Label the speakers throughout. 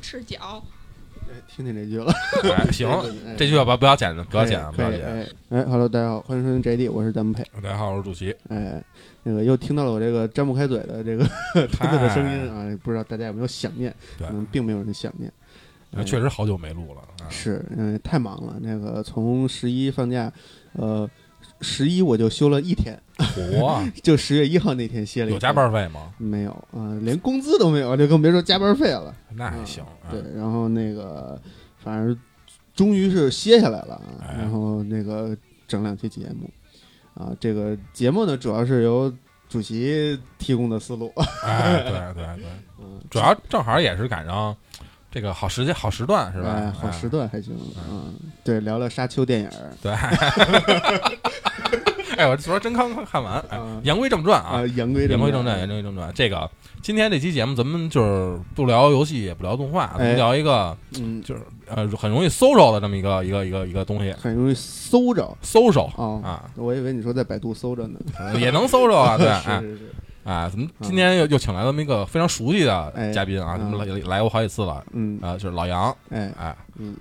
Speaker 1: 赤脚。
Speaker 2: 哎听你这句了，
Speaker 3: 哎 行，
Speaker 2: 哎
Speaker 3: 这句要不要不要剪了，不要剪啊了，不要
Speaker 2: 可以
Speaker 3: 剪。
Speaker 2: 哎哎，Hello，大家好，欢迎收听 JD，我是詹姆佩。
Speaker 3: 大家好，我是主席。
Speaker 2: 哎，那个又听到了我这个张不开嘴的这个他的声音啊，不知道大家有没有想念？
Speaker 3: 对
Speaker 2: 可能并没有人想念。哎
Speaker 3: 确实好久没录了啊。
Speaker 2: 是，嗯，太忙了。那个从十一放假，呃，十一我就休了一天，
Speaker 3: 嚯，
Speaker 2: 就十月一号那天歇了一天。
Speaker 3: 有加班费吗？
Speaker 2: 没有啊、连工资都没有，就更别说加班费了。
Speaker 3: 那还行。啊
Speaker 2: 嗯对，然后那个反正终于是歇下来了啊，
Speaker 3: 哎
Speaker 2: 然后那个整两期节目啊，这个节目呢主要是由主席提供的思路，
Speaker 3: 哎，对对对，
Speaker 2: 嗯，
Speaker 3: 主要正好也是赶上这个好时间、好时段是吧？
Speaker 2: 哎，好时
Speaker 3: 哎
Speaker 2: 段还行啊、嗯对，聊聊沙丘电影儿
Speaker 3: 对。 哎，我昨儿真刚刚看完。哎
Speaker 2: 啊
Speaker 3: 言归正传啊
Speaker 2: 啊，，言归
Speaker 3: 言归
Speaker 2: 正
Speaker 3: 正传，言归正传。这个今天这期节目，咱们就是不聊游戏，也不聊动画，咱
Speaker 2: 哎
Speaker 3: 们聊一个
Speaker 2: 嗯，
Speaker 3: 就是呃很容易搜着的这么一个一个一个一个东西，
Speaker 2: 很容易搜着
Speaker 3: 搜着
Speaker 2: 哦
Speaker 3: 啊，
Speaker 2: 我以为你说在百度搜着呢，
Speaker 3: 也能搜 着啊，对，哎
Speaker 2: 是是是，
Speaker 3: 啊，咱们今天又又请来了这么一个非常熟悉的
Speaker 2: 哎
Speaker 3: 嘉宾啊，
Speaker 2: 嗯
Speaker 3: 咱们来来过好几次了。
Speaker 2: 嗯，
Speaker 3: 啊，就是老杨，
Speaker 2: 哎，
Speaker 3: 哎
Speaker 2: 嗯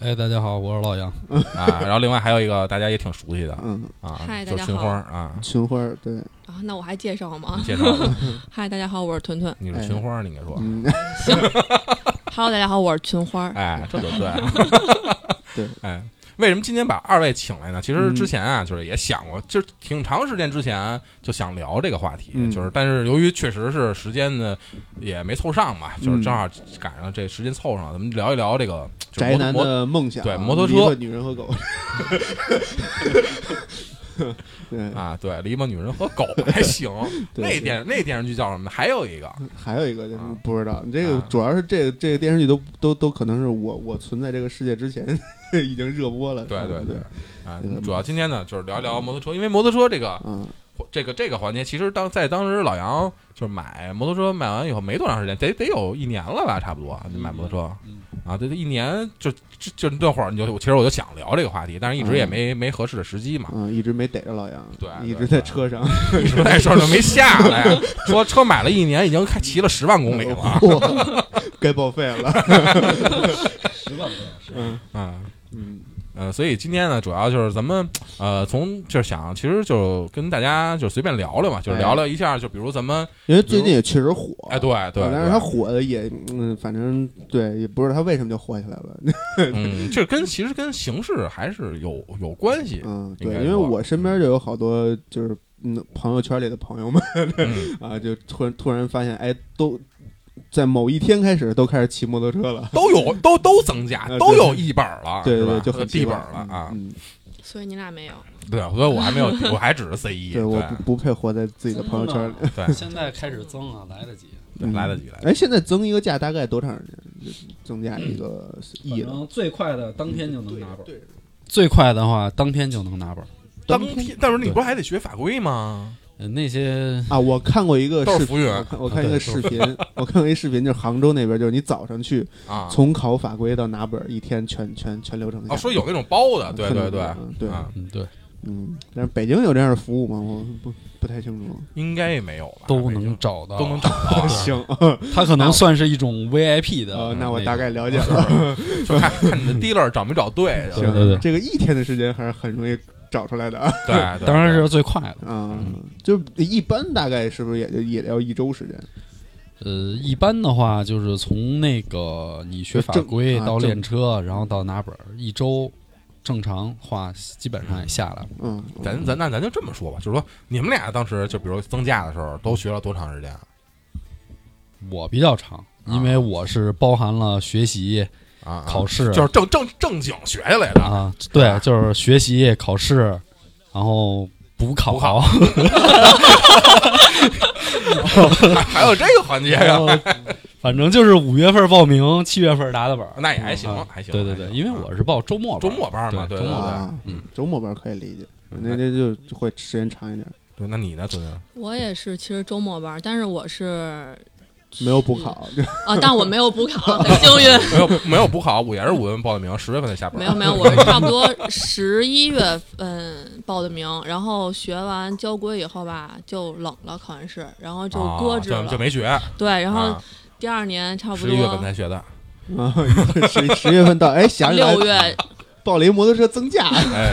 Speaker 4: 哎，大家好，我是老杨。
Speaker 3: 啊，然后另外还有一个大家也挺熟悉的
Speaker 2: 嗯，
Speaker 3: 啊，
Speaker 1: 嗨
Speaker 3: 就是
Speaker 1: 大家
Speaker 3: 群
Speaker 1: 好
Speaker 3: 花儿 啊，
Speaker 2: 群花儿对，
Speaker 1: 啊，那我还介绍
Speaker 3: 你
Speaker 1: 吗？
Speaker 3: 介绍吧
Speaker 1: 嗨，大家好，我是屯屯。
Speaker 2: 哎
Speaker 3: 你是群花儿，你应该说，
Speaker 2: 嗯，，
Speaker 1: Hello，大家好，我是群花。
Speaker 3: 哎，这就对了
Speaker 2: 对，
Speaker 3: 哎，为什么今天把二位请来呢？其实
Speaker 2: 嗯
Speaker 3: 之前啊，就是也想过，就是挺长时间之前就想聊这个话题，
Speaker 2: 嗯
Speaker 3: 就是但是由于确实是时间呢也没凑上嘛，
Speaker 2: 嗯
Speaker 3: 就是正好赶上这时间凑上了，咱们聊一聊这个就是
Speaker 2: 宅
Speaker 3: 摩
Speaker 2: 男
Speaker 3: 摩
Speaker 2: 的梦想啊，
Speaker 3: 对摩托车
Speaker 2: 离婚女人和 狗，对，
Speaker 3: 啊，对，篱笆女人和 狗还行，
Speaker 2: 对
Speaker 3: 那
Speaker 2: 对嗯
Speaker 3: 电那电视剧叫什么？还有一个
Speaker 2: 还有一个就是
Speaker 3: 啊
Speaker 2: 不知道，你这个
Speaker 3: 啊
Speaker 2: 主要是这个这个电视剧都都都可能是我我存在这个世界之前 已经热播了，
Speaker 3: 对对
Speaker 2: 对
Speaker 3: 对，啊
Speaker 2: 嗯，
Speaker 3: 主要今天呢就是聊一聊摩托车，因为摩托车这个
Speaker 2: 嗯，
Speaker 3: 这个这个环节，其实当在当时老杨就是买摩托车买完以后没多长时间，得得有一年了吧，差不多就买摩托车
Speaker 4: 嗯，
Speaker 3: 啊，对，这一年就就就那会儿你就其实我就想聊这个话题，但是一直也没没合适的时机嘛，
Speaker 2: 嗯，一直没逮着老杨，
Speaker 3: 对对
Speaker 2: 一直在车上，
Speaker 3: 一直在事儿就没下来，啊说车买了一年已经开骑了十万公里 了，
Speaker 2: 哇，该报废 了，
Speaker 4: 十万个小时，
Speaker 2: 嗯
Speaker 3: 嗯。
Speaker 2: 嗯
Speaker 3: 呃，所以今天呢，主要就是咱们呃，从就是想，其实就跟大家就随便聊聊嘛，就
Speaker 2: 哎
Speaker 3: 是聊聊一下，就比如咱们，
Speaker 2: 因为最近也确实火，
Speaker 3: 哎，对对，
Speaker 2: 啊但是他
Speaker 3: 对
Speaker 2: 火的也，嗯，反正对，也不知道他为什么就火起来了，
Speaker 3: 嗯，这跟其实跟形式还是有有关系，
Speaker 2: 嗯，
Speaker 3: 应
Speaker 2: 对，
Speaker 3: 该嗯
Speaker 2: 因为
Speaker 3: 说
Speaker 2: 我身边就有好多就是嗯朋友圈里的朋友们
Speaker 3: 嗯
Speaker 2: 啊，就突然突然发现，哎，都在某一天开始都开始骑摩托车了，
Speaker 3: 都 有都都增加
Speaker 2: 呃，
Speaker 3: 都
Speaker 2: 对
Speaker 3: 有一本儿了，
Speaker 2: 对
Speaker 3: 啊是吧
Speaker 2: 对，就很奇
Speaker 3: 地本
Speaker 2: 怪
Speaker 3: 儿了啊，
Speaker 2: 嗯，
Speaker 1: 所以你俩没有？
Speaker 3: 对，所以 我还没有，我还只是 C 一，
Speaker 2: 对，
Speaker 3: 对
Speaker 2: 我不不配活在自己的朋友圈里。
Speaker 3: 对
Speaker 4: 哎现在开始增啊，来得及。
Speaker 3: 对，
Speaker 2: 嗯
Speaker 3: 来得及，来得及，
Speaker 2: 哎，现在增一个价大概多长时间？增加一个亿的，
Speaker 4: 嗯反正最快的当天就能拿本，
Speaker 2: 对，
Speaker 4: 最快的话当天就能拿本。
Speaker 3: 当天，但是你不是还得学法规吗？
Speaker 4: 呃那些
Speaker 2: 啊，我看过一个
Speaker 3: 都是
Speaker 2: 视
Speaker 3: 浮云
Speaker 2: 我看我看
Speaker 4: 啊
Speaker 2: 一个
Speaker 4: 对
Speaker 2: 视频， 我看过一视频，就是杭州那边，就是你早上去
Speaker 3: 啊，
Speaker 2: 从考法规到拿本儿，一天全全全流程下
Speaker 3: 哦，
Speaker 2: 来。
Speaker 3: 说有那种包的，对
Speaker 2: 特别
Speaker 3: 对对
Speaker 2: 嗯对
Speaker 3: 啊，
Speaker 4: 嗯对
Speaker 2: 嗯，但是北京有这样的服务吗？我不不太清楚。，
Speaker 3: 应该也没有吧，
Speaker 4: 都
Speaker 3: 北京
Speaker 4: 能找到，
Speaker 3: 都能。找 到
Speaker 2: 行，
Speaker 4: 它可能算是一种 VIP 的
Speaker 2: 呃，
Speaker 4: 种。
Speaker 2: 那我大概了解 了。
Speaker 3: 就看看你的 dealer 找没找啊对，
Speaker 4: 对
Speaker 3: 吧
Speaker 4: 对对
Speaker 2: 这个一天的时间还是很容易找出来的啊。
Speaker 3: 对，对
Speaker 4: 当然是最快的。
Speaker 2: 啊，
Speaker 3: 嗯
Speaker 2: 就一般大概是不是也就也要一周时间？
Speaker 4: 呃，一般的话就是从那个你学法规
Speaker 2: 正啊
Speaker 4: 到练车，然后到拿本，一周正常话基本上也下来了。
Speaker 2: 嗯，
Speaker 3: 咱咱那咱就这么说吧，就是说你们俩当时就比如增驾的时候都学了多长时间？啊
Speaker 4: 我比较长，因为我是包含了学习、
Speaker 3: 啊，
Speaker 4: 考试，
Speaker 3: 就是正正正经学下来的，
Speaker 4: 啊，对，就是学习、考试，然后补考，
Speaker 3: 补考还有这个环节
Speaker 4: 然
Speaker 3: 呀，
Speaker 4: 后反正就是五月份报名，七月份拿的本儿。
Speaker 3: 那也还行
Speaker 4: 啊，
Speaker 3: 还行。
Speaker 4: 对对对，因为我是报周末
Speaker 3: 周
Speaker 4: 班儿，
Speaker 3: 末班嘛，
Speaker 4: 对
Speaker 3: 对对
Speaker 4: 周末
Speaker 3: 对
Speaker 2: 啊，
Speaker 4: 嗯
Speaker 2: 周末班可以理解，
Speaker 3: 嗯
Speaker 2: 那那就就会时间长一点，
Speaker 3: 对，那你呢，尊尊？
Speaker 1: 我也是，其实周末班，但是我 是
Speaker 2: 没有补考。
Speaker 1: 啊，但我没有补考，很幸运。
Speaker 3: 没有没有补考，我也是五月份报的名，十月份才下班。
Speaker 1: 没有没有，我是差不多十一月份嗯报的名，然后学完交规以后吧，就冷了考哦完试，然后就
Speaker 3: 啊
Speaker 1: 搁置了。
Speaker 3: 就就没学，
Speaker 1: 对，然后
Speaker 3: 啊
Speaker 1: 第二年差不
Speaker 3: 十一月份
Speaker 1: 多
Speaker 3: 才学的，
Speaker 2: 啊，十十月份到，哎，想起来
Speaker 1: 六月，
Speaker 2: 暴雷摩托车增价，
Speaker 3: 哎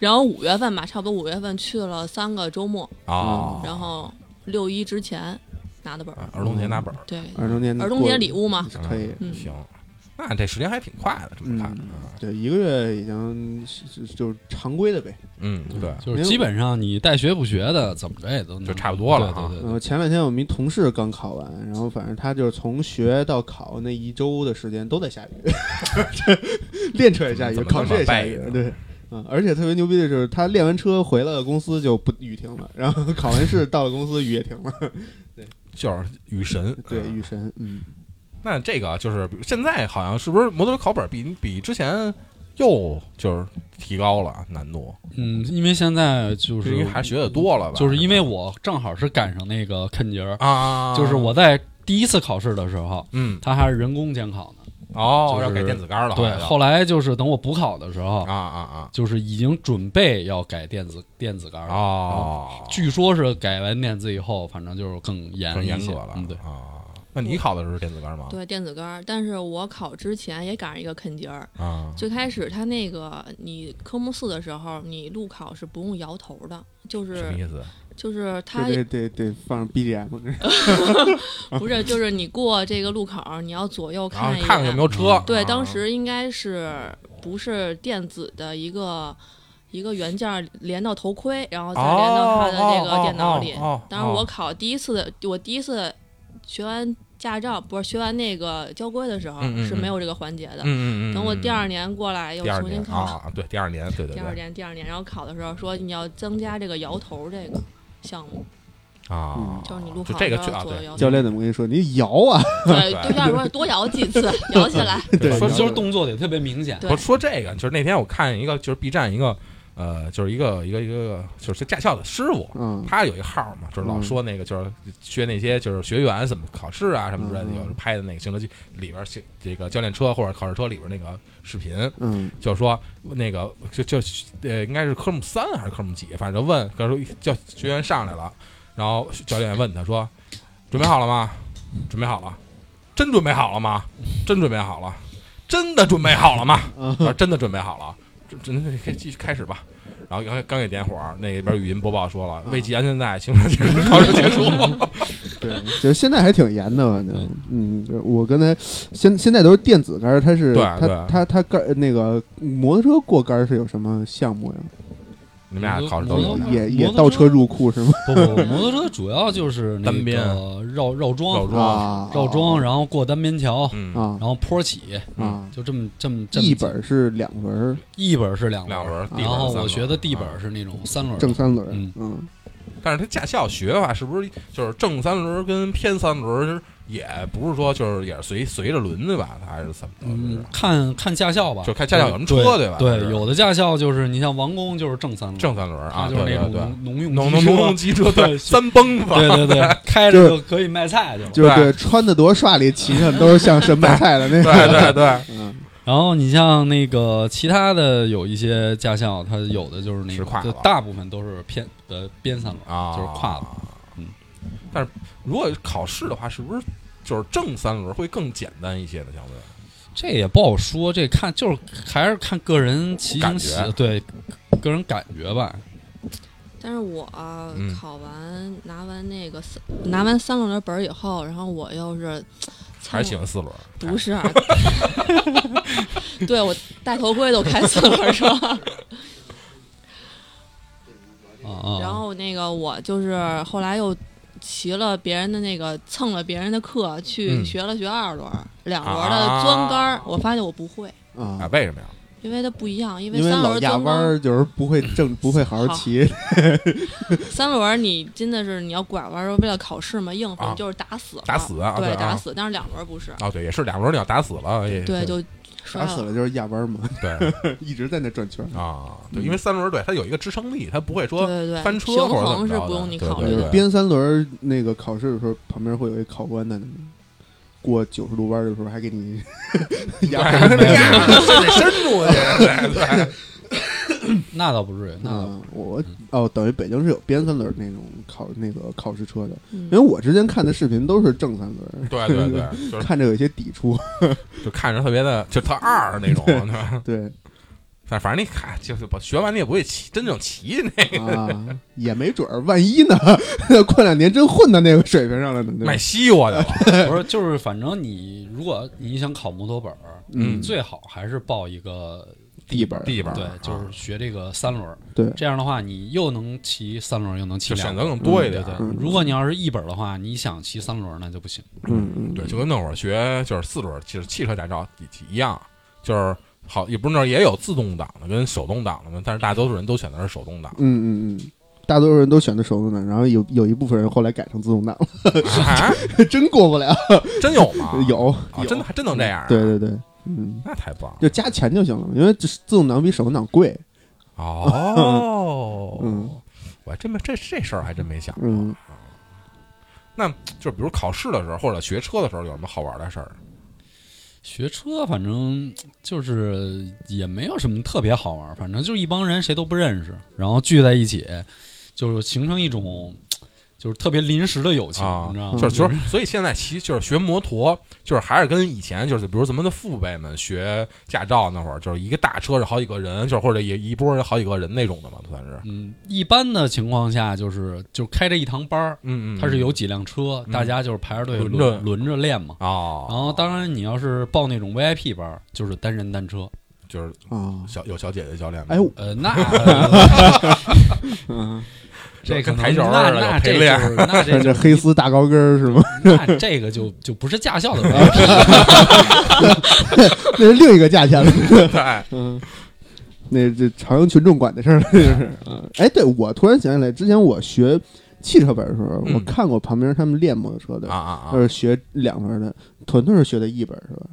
Speaker 1: 然后五月份吧，差不多五月份去了三个周末，
Speaker 2: 嗯
Speaker 3: 啊，
Speaker 1: 然后六一之前拿的本儿，
Speaker 3: 儿童节拿本儿，
Speaker 1: 对，
Speaker 2: 儿童节
Speaker 1: 儿童节
Speaker 2: 过
Speaker 1: 礼物嘛，
Speaker 2: 可以，
Speaker 1: 嗯
Speaker 3: 行，那这时间还挺快的，这么看
Speaker 2: 嗯
Speaker 3: 啊，
Speaker 2: 对，一个月已经是是就是常规的呗。
Speaker 3: 嗯，对，
Speaker 4: 就是基本上你带学不学的，怎么着也都能
Speaker 3: 就差不多了
Speaker 4: 对
Speaker 3: 啊
Speaker 4: 对对
Speaker 2: 然
Speaker 4: 对
Speaker 2: 后呃前两天我们一同事刚考完，然后反正他就是从学到考那一周的时间都在下雨，练车也下雨，
Speaker 3: 怎么
Speaker 2: 考试也下
Speaker 3: 这
Speaker 2: 雨
Speaker 3: 么败，呢
Speaker 2: 对。嗯，而且特别牛逼的就是，他练完车回了公司就不雨停了，然后 考完试到了公司雨也停了。
Speaker 3: 就是雨神，
Speaker 2: 对，
Speaker 3: 嗯
Speaker 2: 雨神，嗯，
Speaker 3: 那这个就是比现在好像是不是摩托车考本比比之前又就是提高了难度，
Speaker 4: 嗯，因为现在就
Speaker 3: 就是因
Speaker 4: 是
Speaker 3: 为还是学的多了吧？
Speaker 4: 就是因为
Speaker 3: 吧
Speaker 4: 我正好是赶上那个坎节儿，
Speaker 3: 啊，
Speaker 4: 就是我在第一次考试的时候，
Speaker 3: 嗯
Speaker 4: 它还是人工监考呢。
Speaker 3: 哦
Speaker 4: 就，是
Speaker 3: 要改电子杆了，
Speaker 4: 对，
Speaker 3: 后
Speaker 4: 后来就是等我补考的时
Speaker 3: 来
Speaker 4: 候
Speaker 3: 啊，啊
Speaker 4: 就是已经准备要改电子电子杆
Speaker 3: 啊
Speaker 4: 儿了。
Speaker 3: 哦，
Speaker 4: 据说是改完电子以后，反正就是更严
Speaker 3: 更严
Speaker 4: 一些
Speaker 3: 格了，
Speaker 4: 嗯，对，
Speaker 3: 啊。那你考的时候是电子杆吗？
Speaker 1: 对电子杆儿。但是我考之前也赶上一个肯节儿，
Speaker 3: 啊，
Speaker 1: 最开始他那个你科目四的时候，你路考是不用摇头的，就
Speaker 3: 什么
Speaker 1: 是
Speaker 3: 意思？
Speaker 1: 就是
Speaker 2: 就
Speaker 1: 他
Speaker 2: 得得得放 BGM，
Speaker 1: 不是就是你过这个路口，你要左右
Speaker 3: 然后
Speaker 1: 看一
Speaker 3: 看看有没有车。
Speaker 1: 对，
Speaker 3: 啊
Speaker 1: 当时应该是不是电子的一个一个元件儿连到头盔，然后
Speaker 3: 嗯
Speaker 1: 再连到他的这个电脑里
Speaker 3: 哦哦哦哦哦哦。
Speaker 1: 当时我考第一次的，我第一次学完驾照，不是学完那个交规的时候
Speaker 3: 嗯嗯嗯
Speaker 1: 是没有这个环节的。
Speaker 3: 嗯嗯嗯，
Speaker 1: 等我
Speaker 3: 嗯
Speaker 1: 第二年过来又
Speaker 3: 第二
Speaker 1: 重新
Speaker 3: 年
Speaker 1: 考，
Speaker 3: 啊，对，第二年，对对
Speaker 1: 第二
Speaker 3: 对
Speaker 1: 年第二年，然后考的时候说你要增加这个摇头这个项目，
Speaker 3: 啊
Speaker 2: 嗯，
Speaker 1: 就是你路
Speaker 3: 就
Speaker 1: 考
Speaker 3: 这个
Speaker 1: 的
Speaker 3: 去
Speaker 1: 时候
Speaker 3: 啊
Speaker 1: 左
Speaker 3: 对
Speaker 1: 右摇头。
Speaker 2: 教练怎么跟你说？你摇啊！
Speaker 1: 对，对教练说多摇几次，摇起 来。
Speaker 2: 对，
Speaker 4: 说
Speaker 2: 摇
Speaker 4: 就是动作得特别明显。
Speaker 1: 对
Speaker 3: 我说这个，就是那天我看一个，就是 B 站一个，呃，就是一个一个一个，就是驾校的师傅，
Speaker 2: 嗯
Speaker 3: 他有一号嘛，就是老
Speaker 2: 嗯
Speaker 3: 说那个，就是学那些就是学员怎么考试啊什么之类的，
Speaker 2: 嗯嗯
Speaker 3: 有时候拍的那个行车记里边儿行这个教练车或者考试车里边儿那个视频，
Speaker 2: 嗯
Speaker 3: 就是说那个就就呃应该是科目三还是科目几，反正问，他说叫学员上来了，然后教练问他说：“准备好了吗？准备好了，真准备好了吗？真准备好了，真的准备好了吗？”他说：“真的准备好了，真真的可以继续开始吧。”然后刚刚给点火，那边语音播报说了：“未系安全带，行车驾驶考试结束。
Speaker 4: 嗯
Speaker 2: 对， 就现在还挺严的，反正，嗯，我刚才现现在都是电子杆儿，它是
Speaker 3: 对啊
Speaker 2: 它
Speaker 3: 对
Speaker 2: 它它杆儿那个摩托车过杆儿是有什么项目呀？”
Speaker 3: 你们俩考试都
Speaker 4: 摩
Speaker 3: 有
Speaker 4: 托
Speaker 3: 了
Speaker 2: 也
Speaker 4: 摩
Speaker 2: 也
Speaker 4: 托
Speaker 2: 倒
Speaker 4: 车
Speaker 2: 车入库是 吗？
Speaker 4: 不不，不摩托车主要就是那
Speaker 3: 单边
Speaker 4: 个绕绕
Speaker 3: 绕
Speaker 4: 桩、
Speaker 3: 桩， 哦
Speaker 2: 啊，
Speaker 4: 绕桩，然后过单边桥，
Speaker 3: 嗯，
Speaker 2: 啊
Speaker 4: 然后坡起，
Speaker 2: 啊，
Speaker 4: 就这么这么这么
Speaker 2: 一本是两轮儿，
Speaker 4: 一本是两
Speaker 3: 两轮儿，地
Speaker 4: 然
Speaker 3: 本三
Speaker 4: 后哦我
Speaker 3: 轮
Speaker 4: 学的地
Speaker 3: 啊
Speaker 4: 本是那种三轮儿的
Speaker 2: 正三轮儿
Speaker 4: 嗯，
Speaker 2: 嗯，
Speaker 3: 但是他驾校学法是不是就是正三轮跟偏三轮也不是说就是也是随随着轮子吧？他还是怎么着？
Speaker 4: 嗯，看看驾校吧，
Speaker 3: 就看驾校有什么
Speaker 4: 对
Speaker 3: 车对吧
Speaker 4: 对
Speaker 3: 是，
Speaker 4: 有的驾校就是你像王工就是正三轮，
Speaker 3: 正三轮啊，
Speaker 4: 他
Speaker 3: 对
Speaker 4: 就是那
Speaker 3: 对
Speaker 4: 种
Speaker 3: 对，
Speaker 4: 农农用
Speaker 3: 农
Speaker 4: 机
Speaker 3: 农
Speaker 4: 车
Speaker 3: 农用机车对
Speaker 4: 对
Speaker 3: 三蹦子，
Speaker 4: 对对对，开着就可以卖菜去了。
Speaker 2: 就是
Speaker 3: 对
Speaker 2: 对，穿的多帅里，骑上都是像神卖菜的那种，
Speaker 3: 对对对，
Speaker 2: 嗯，
Speaker 4: 然后你像那个其他的有一些驾校，它有的就是那
Speaker 3: 是
Speaker 4: 个
Speaker 3: 跨，
Speaker 4: 就
Speaker 3: 了
Speaker 4: 大部分都是偏呃边三轮，
Speaker 3: 啊，
Speaker 4: 就是跨了。嗯，
Speaker 3: 但是如果考试的话，是不是就是正三轮会更简单一些呢？相对
Speaker 4: 这也不好说，这看就是还是看个人骑
Speaker 3: 感
Speaker 4: 行
Speaker 3: 觉
Speaker 4: 喜对个人感觉吧。
Speaker 1: 但是我、啊
Speaker 3: 嗯
Speaker 1: 考完拿完那个三拿完三轮的本儿以后，然后我又是
Speaker 3: 还是喜欢四轮，
Speaker 1: 不是、啊， 对我戴头盔都开四轮车，
Speaker 4: 啊
Speaker 3: 哦
Speaker 4: 啊，
Speaker 1: 然后那个我就是后来又骑了别人的那个蹭了别人的课去
Speaker 3: 嗯
Speaker 1: 学了学二轮、两轮的钻杆儿，我发现我不会，
Speaker 3: 啊
Speaker 2: 啊，，
Speaker 3: 为什么呀？
Speaker 1: 因为它不一样，因为
Speaker 2: 因为
Speaker 1: 三
Speaker 2: 老
Speaker 1: 轮
Speaker 2: 压
Speaker 1: 钻
Speaker 2: 弯
Speaker 1: 杆
Speaker 2: 儿就是不会正不会好好
Speaker 1: 好
Speaker 2: 骑，
Speaker 1: 三轮儿你真的是你要拐弯儿，为了考试嘛，硬
Speaker 3: 啊
Speaker 1: 核就是打死了
Speaker 3: 打死啊对
Speaker 1: 对
Speaker 3: 啊
Speaker 1: 打死，但是两轮儿不是，
Speaker 3: 哦，对，也是两轮你要打死了，也
Speaker 1: 对就摔
Speaker 2: 打死了就是压弯儿嘛，
Speaker 3: 对
Speaker 2: 一直在那转圈儿，
Speaker 3: 啊，对，因为三轮对它有一个支撑力，它不会说
Speaker 1: 对对对，
Speaker 3: 翻车
Speaker 1: 平
Speaker 3: 或者怎
Speaker 1: 衡
Speaker 3: 么
Speaker 1: 是
Speaker 3: 着的
Speaker 1: 不用你
Speaker 3: 对
Speaker 1: 考
Speaker 3: 对
Speaker 1: 虑
Speaker 2: 就
Speaker 1: 的。
Speaker 2: 是编三轮儿那个考试的时候，旁边会有一考官在那过九十度弯儿的时候，还给 你压
Speaker 3: 对，得伸出去，对对。
Speaker 4: 那倒不至于，那倒不
Speaker 2: 嗯，
Speaker 4: 至于
Speaker 2: 我哦，等于北京是有边三轮那种考那个考试车的，因为
Speaker 1: 嗯，
Speaker 2: 我之前看的视频都是正三轮，
Speaker 3: 对对对，就是
Speaker 2: 看着有一些抵 触。
Speaker 3: 就看着特别的，就特 二那种，对吧？
Speaker 2: 对
Speaker 3: 反反正你看，就是把学完你也不会骑，真正骑那
Speaker 2: 啊，也没准儿，万一呢？ 过两年真混到那个水平上了呢？对吧
Speaker 3: 卖西瓜的了。
Speaker 4: 不是，就是反正你如果你想考木头本儿，
Speaker 2: 嗯
Speaker 4: 你最好还是报一个
Speaker 2: 地本儿
Speaker 3: 地啊本儿
Speaker 4: 对，就是学这个三轮儿。
Speaker 2: 对
Speaker 4: 这样的话你又能骑三轮儿，又能骑
Speaker 3: 就
Speaker 4: 两
Speaker 3: 选
Speaker 4: 轮
Speaker 3: 择
Speaker 4: 儿。
Speaker 3: 更多一
Speaker 4: 对
Speaker 3: 点。
Speaker 4: 对，
Speaker 2: 嗯
Speaker 4: 如果你要是一本儿的话，你想骑三轮儿那就不行。
Speaker 2: 嗯嗯，。
Speaker 3: 对，就跟那会儿学就是四轮，就是汽车驾照一一样，就是好也不是那儿也有自动挡的跟手动挡的嘛，但是大多数人都选的是手动挡
Speaker 2: 嗯嗯嗯，大多数人都选择手动挡，然后有有一部分人后来改成自动挡了，
Speaker 3: 啊，
Speaker 2: 真过不了。？
Speaker 3: 真有吗
Speaker 2: 有
Speaker 3: 啊，真的还真能这样、啊。
Speaker 2: 对，对对，嗯，
Speaker 3: 那太棒了。
Speaker 2: 就加钱就行了，因为这自动挡比手动挡贵。
Speaker 3: 哦，
Speaker 2: 嗯
Speaker 3: 我还真没这这事儿还真没想过。
Speaker 2: 嗯，
Speaker 3: 就是比如考试的时候或者学车的时候有什么好玩的事儿？
Speaker 4: 学车反正就是也没有什么特别好玩儿，反正就是一帮人谁都不认识，然后聚在一起，就是形成一种就是特别临时的友情，
Speaker 3: 啊
Speaker 4: 你知道吗？
Speaker 3: 就是就是，所以现在骑就是学摩托，就是还是跟以前就是，比如咱们的父辈们学驾照那会儿，就是一个大车是好几个人，就是或者也一波人好几个人那种的嘛，算是。
Speaker 4: 嗯，一般的情况下就是就开着一堂班儿，
Speaker 3: 嗯嗯，
Speaker 4: 它是有几辆车，
Speaker 3: 嗯
Speaker 4: 大家就是排着队
Speaker 3: 轮
Speaker 4: 轮
Speaker 3: 着
Speaker 4: 轮着练嘛。
Speaker 3: 哦，
Speaker 4: 然后，当然你要是报那种 VIP 班儿，就是单人单车。
Speaker 3: 就是
Speaker 2: 啊，
Speaker 3: 小有小姐姐教练吗，
Speaker 2: 哎， 我
Speaker 4: 呃，那呃
Speaker 2: 嗯，
Speaker 4: 这可
Speaker 3: 跟
Speaker 4: 能
Speaker 3: 台球似
Speaker 4: 那
Speaker 3: 的有
Speaker 4: 那这
Speaker 3: 陪
Speaker 4: 就
Speaker 3: 练
Speaker 4: 是那这
Speaker 2: 穿
Speaker 4: 就
Speaker 2: 着
Speaker 4: 是
Speaker 2: 黑丝大高跟儿是吗？
Speaker 4: 那这个就就不是驾校的
Speaker 3: 啊
Speaker 4: VIP，
Speaker 2: 那是另一个价钱了。
Speaker 3: 对，啊
Speaker 2: 嗯，那这朝阳群众管的事儿了，就是。嗯，哎，对，我突然想起来，之前我学汽车本的时候，
Speaker 3: 嗯
Speaker 2: 我看过旁边他们练摩托车的，
Speaker 3: 啊 啊
Speaker 4: 呃
Speaker 2: 就是学两门的。屯屯是学的一本是吧？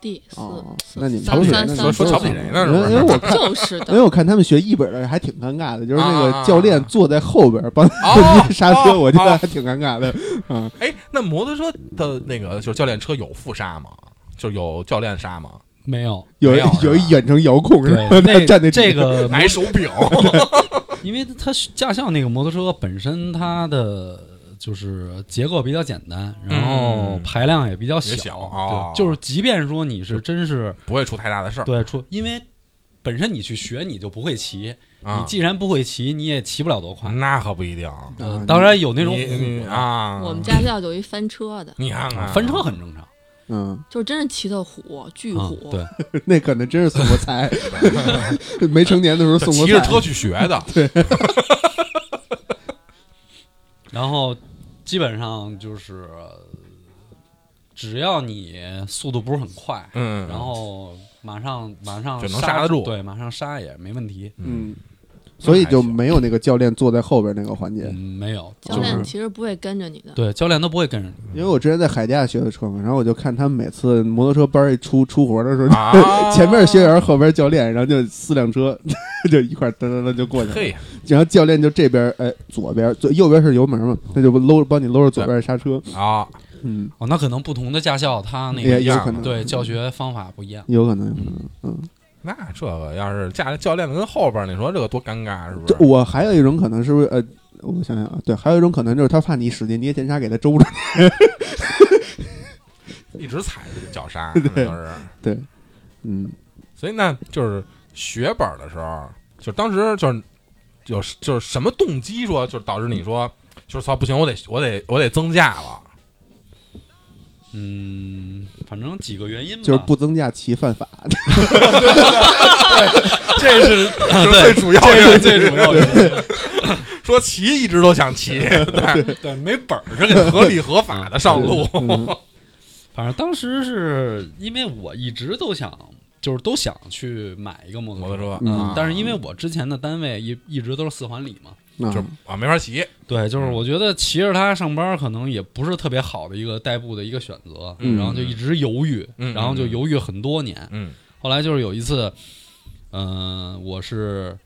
Speaker 1: 第四
Speaker 2: 哦，
Speaker 1: 四
Speaker 2: 那你们
Speaker 1: 三
Speaker 2: 瞧不起
Speaker 1: 三
Speaker 2: 人，
Speaker 1: 三
Speaker 3: 说说
Speaker 1: 四
Speaker 3: 瞧不起人呢是
Speaker 2: 因
Speaker 3: 不
Speaker 2: 为
Speaker 3: 是
Speaker 2: 因为我看，
Speaker 1: 就是
Speaker 2: 因为
Speaker 1: 的，
Speaker 2: 我看他们学一本的还挺尴尬的，就是那
Speaker 3: 啊啊啊
Speaker 2: 个教练坐在后边 帮
Speaker 3: 啊！哦
Speaker 2: 刹车，我觉得
Speaker 3: 哦
Speaker 2: 还挺尴尬的。嗯，
Speaker 3: 哎，那摩托车的那个就是教练车有副刹吗？就是有教练刹吗？
Speaker 4: 没有。
Speaker 2: 有
Speaker 3: 没有是吧
Speaker 2: 有一远程遥控是 吧？
Speaker 4: 对，那
Speaker 2: 站那
Speaker 4: 这个，
Speaker 3: 拿一手柄，
Speaker 4: 因为它驾校那个摩托车本身它的就是结构比较简单，然后
Speaker 3: 嗯
Speaker 4: 排量也比较
Speaker 3: 也
Speaker 4: 小，
Speaker 3: 小哦
Speaker 4: 对，就是即便说你是真是
Speaker 3: 不会出太大的事儿。
Speaker 4: 对出，因为本身你去学你就不会骑，
Speaker 3: 啊
Speaker 4: 你既然不会骑，你也骑不了多快。
Speaker 3: 那可不一定，
Speaker 4: 呃
Speaker 2: 啊
Speaker 4: 当然有那种
Speaker 3: 嗯
Speaker 4: 嗯
Speaker 3: 你你
Speaker 4: 虎
Speaker 3: 啊，
Speaker 1: 我们家校有一翻车的，
Speaker 3: 你看啊看
Speaker 4: 啊翻车很正常，
Speaker 2: 嗯，
Speaker 1: 就是真是骑的虎，巨
Speaker 4: 啊
Speaker 1: 虎，
Speaker 4: 对，
Speaker 2: 那可能真是送过 菜，没成年的时候
Speaker 3: 就
Speaker 2: 送过
Speaker 3: 骑着
Speaker 2: 菜。
Speaker 3: 车去学的，
Speaker 4: 然后基本上就是呃只要你速度不是很快，
Speaker 3: 嗯，
Speaker 4: 然后马上马上
Speaker 3: 就能
Speaker 4: 刹
Speaker 3: 刹得住
Speaker 4: 对，马上刹也没问题。
Speaker 2: 嗯，所以就没有那个教练坐在后边那个环节
Speaker 4: 嗯，。没有，
Speaker 1: 教
Speaker 4: 就是
Speaker 1: 练其实不会跟着你的，
Speaker 4: 对教练都不会跟人。
Speaker 2: 因为我之前在海淀学的车嘛，然后我就看他们每次摩托车班一出出活的时候，
Speaker 3: 啊
Speaker 2: 嗯 前面学员，后边教练，然后就四辆车 就一块儿噔噔噔就过去了。
Speaker 3: 嘿，
Speaker 2: 然后教练就这边，哎，左边左右边是油门嘛，他就搂帮你搂着左边刹车。
Speaker 3: 啊，
Speaker 2: 嗯，
Speaker 4: 哦，那可能不同的驾校，他那
Speaker 2: 也
Speaker 4: 个嗯
Speaker 2: 有
Speaker 3: 样
Speaker 2: 可能，
Speaker 4: 对教学方法不一样。
Speaker 2: 有可能，有可能。
Speaker 3: 那这个要是驾教练跟后边儿，你说这个多尴尬，是不
Speaker 2: 这
Speaker 3: 是？
Speaker 2: 我还有一种可能是不是呃，我想想啊，对，还有一种可能就是他怕你使劲捏前刹给他周着。
Speaker 3: 一直踩着这个脚 刹，可能就是。
Speaker 2: 对，嗯，
Speaker 3: 所以那就是学本儿的时候，就当时就是有就是什么动机说，就是导致你说，就是操不行，我得我得我得增驾了。
Speaker 4: 嗯，反正几个原因吧，
Speaker 2: 就是 不增驾骑犯法。
Speaker 4: 这是啊
Speaker 3: 就是
Speaker 4: 对
Speaker 3: 最主要
Speaker 4: 这
Speaker 3: 原因
Speaker 4: 是最主要原因。
Speaker 3: 说骑一直都想 骑，对
Speaker 4: 对，没本儿。
Speaker 3: 这个合理合法的上路。
Speaker 2: 嗯
Speaker 4: 反正当时是因为我一直都想，就是都想去买一个摩
Speaker 3: 摩
Speaker 4: 托
Speaker 3: 托车，
Speaker 2: 嗯
Speaker 3: 啊
Speaker 4: 但是因为我之前的单位一一直都是四环里嘛，
Speaker 2: 啊
Speaker 3: 就啊没法骑，
Speaker 4: 对，
Speaker 3: 嗯
Speaker 4: 就是我觉得骑着它上班可能也不是特别好的一个代步的一个选择，
Speaker 2: 嗯
Speaker 4: 然后就一直犹豫，
Speaker 3: 嗯
Speaker 4: 然后就犹豫很多年。
Speaker 3: 嗯
Speaker 4: 呃后来就是有一次，嗯、我是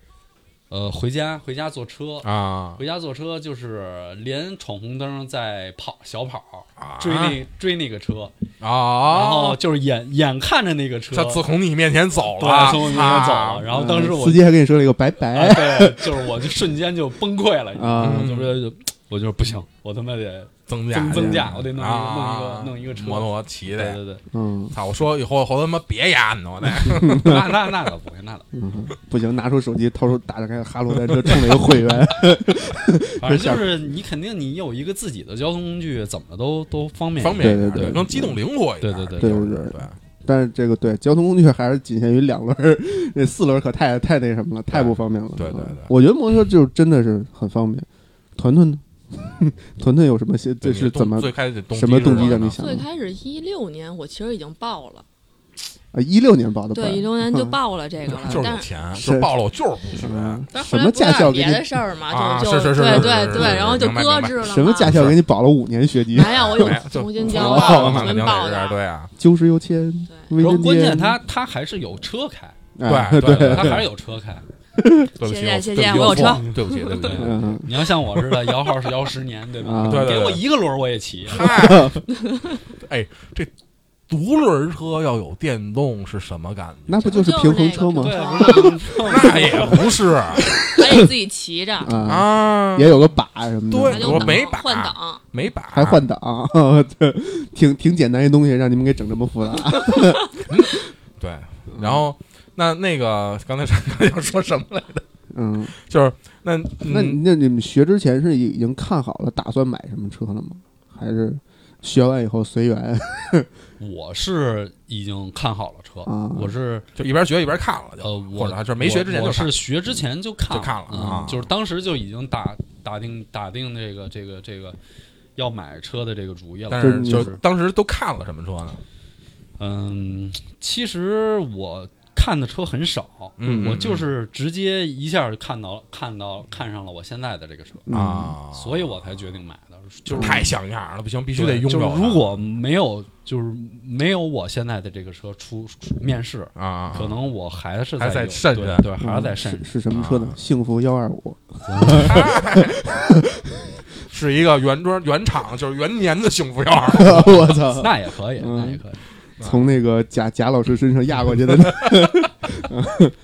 Speaker 4: 呃，回家回家坐车，
Speaker 3: 啊
Speaker 4: 回家坐车就是连闯红灯在跑小跑
Speaker 3: 啊
Speaker 4: 追那、追那个车，
Speaker 3: 啊！
Speaker 4: 然后就是眼眼看着那个车
Speaker 3: 他自啊从你面前走了，
Speaker 4: 对从我面前走了，然后当时
Speaker 3: 嗯
Speaker 4: 我
Speaker 2: 司机还跟你说了一个拜
Speaker 4: 啊
Speaker 2: 拜，
Speaker 4: 对，就是我就瞬间就崩溃了，
Speaker 2: 啊
Speaker 4: 你知道吗就是我就是不行，我他妈得
Speaker 3: 增加
Speaker 4: 增
Speaker 2: 这
Speaker 4: 增
Speaker 2: 样
Speaker 4: 价，我得弄一个弄一
Speaker 3: 啊
Speaker 4: 个弄一个车，
Speaker 3: 摩托骑
Speaker 4: 对
Speaker 3: 的。
Speaker 4: 对对，
Speaker 2: 嗯
Speaker 3: 操！我说以后回头他妈别压你了，我得
Speaker 4: 那那那倒不会，那倒不
Speaker 2: 嗯，不行，拿出手机，掏出打开哈罗单车，充了一个会员，
Speaker 4: 会，反正就是你肯定你有一个自己的交通工具，怎么都都方便一点
Speaker 3: 方便一点，
Speaker 2: 对对对
Speaker 3: 更机动灵活一点，
Speaker 4: 对对
Speaker 2: 对
Speaker 3: 就是
Speaker 2: 对对
Speaker 3: 对
Speaker 2: 但是这个对交通工具还是仅限于两轮儿，那四轮儿可太太那什么了，太不方便了。
Speaker 3: 对对对对
Speaker 2: 我觉得摩托车就真的是很方便。团团呢？团团有什么些？这
Speaker 3: 对
Speaker 2: 是怎么
Speaker 3: 最开始动
Speaker 2: 什么动机
Speaker 3: 是
Speaker 2: 让
Speaker 3: 吧
Speaker 2: 你想
Speaker 1: 最开始一六年我其实已经报了，
Speaker 2: 啊？一六年报的本，
Speaker 1: 对，一六年就报了这个 了，
Speaker 3: 就是有
Speaker 1: 但是。
Speaker 3: 钱，
Speaker 2: 嗯是
Speaker 3: 就是报了，我就是不学。
Speaker 2: 嗯
Speaker 1: 但
Speaker 2: 什
Speaker 1: 后来
Speaker 2: 么
Speaker 1: 不
Speaker 2: 驾
Speaker 1: 干
Speaker 2: 校给
Speaker 1: 别
Speaker 2: 你
Speaker 1: 的事儿嘛，
Speaker 3: 啊
Speaker 1: 就是就是
Speaker 3: 是
Speaker 1: 对
Speaker 3: 是
Speaker 1: 对
Speaker 3: 是
Speaker 1: 对，
Speaker 3: 是
Speaker 1: 然后就
Speaker 3: 明白
Speaker 1: 搁
Speaker 3: 明白
Speaker 1: 置了嘛。
Speaker 2: 什么驾校给你保了五年学籍？
Speaker 1: 没有，哎我有
Speaker 3: 没有就
Speaker 1: 重新
Speaker 3: 哎就
Speaker 1: 交
Speaker 2: 哦
Speaker 1: 了，
Speaker 3: 马
Speaker 1: 重
Speaker 3: 上
Speaker 1: 新
Speaker 3: 就
Speaker 1: 报
Speaker 3: 这
Speaker 1: 了
Speaker 3: 样，。对啊，
Speaker 2: 九十有钱，
Speaker 1: 对
Speaker 2: 为
Speaker 4: 然后
Speaker 2: 人
Speaker 4: 关键
Speaker 2: 间。
Speaker 4: 他他还是有车开，
Speaker 2: 哎
Speaker 3: 对对
Speaker 4: 他还是有车开。
Speaker 3: 对不起，
Speaker 1: 谢谢
Speaker 3: 我
Speaker 1: 谢谢
Speaker 3: 对不起
Speaker 1: 我有
Speaker 3: 我
Speaker 1: 车
Speaker 3: 错了对不起，对不起。
Speaker 2: 嗯，
Speaker 4: 你要像我似的摇号是摇十年，对吧
Speaker 2: 啊？
Speaker 3: 对对
Speaker 4: 给
Speaker 3: 对
Speaker 4: 我一个轮儿我 也骑，
Speaker 3: 嗨，哎，这独轮车要有电动是什么感 觉？
Speaker 2: 那不就是平衡车吗？
Speaker 4: 对，
Speaker 3: 那也不是
Speaker 1: 还得自己骑着，
Speaker 2: 啊，
Speaker 3: 啊，
Speaker 2: 也有个把什么的，
Speaker 3: 对
Speaker 1: 还
Speaker 3: 我
Speaker 1: 有档
Speaker 3: 没把
Speaker 1: 换挡，
Speaker 3: 没把
Speaker 2: 还换挡，对，挺挺简单一东西，让你们给整这么复杂。
Speaker 3: 对，然后那那个刚才刚才要说什么来着？
Speaker 2: 嗯，
Speaker 3: 就是那
Speaker 2: 那
Speaker 3: 嗯
Speaker 2: 那你们学之前是已经看好了，打算买什么车了吗？还是学完以后随缘？
Speaker 4: 我是已经看好了车
Speaker 2: 啊，
Speaker 4: 我是
Speaker 3: 就一边学一边看了，就
Speaker 4: 呃，
Speaker 3: 或
Speaker 4: 我
Speaker 3: 者还是没学之前
Speaker 4: 我
Speaker 3: 就
Speaker 4: 我
Speaker 3: 看
Speaker 4: 是学之前就看
Speaker 3: 就看了啊
Speaker 4: 嗯，就是当时就已经打打定打定这个这个这个要买车的这个主意
Speaker 3: 但
Speaker 4: 了。
Speaker 3: 是就
Speaker 2: 就是
Speaker 3: 当时都看了什么车呢？
Speaker 4: 嗯，其实我看的车很少，
Speaker 3: 嗯
Speaker 4: 我就是直接一下就看到看到看上了我现在的这个车，
Speaker 2: 嗯
Speaker 3: 啊，
Speaker 4: 所以我才决定买的，就是
Speaker 3: 太像样了，不行，必
Speaker 4: 必
Speaker 3: 须得拥有
Speaker 4: 就是
Speaker 3: 它。
Speaker 4: 如果没有就是没有我现在的这个车出出面试，
Speaker 3: 啊，
Speaker 4: 可能我还是
Speaker 3: 还在
Speaker 4: 在有
Speaker 3: 慎嗯
Speaker 4: 对
Speaker 3: 着
Speaker 4: 对，还是在慎
Speaker 2: 是是
Speaker 4: 着。
Speaker 2: 什么车呢
Speaker 3: 啊？
Speaker 2: 幸福幺二五，
Speaker 3: 是一个原装原厂，就是元年的幸福药。
Speaker 2: 我操！
Speaker 4: 那也可以，
Speaker 2: 嗯
Speaker 4: 那也可以。
Speaker 2: 从那个贾贾老师身上压过去的，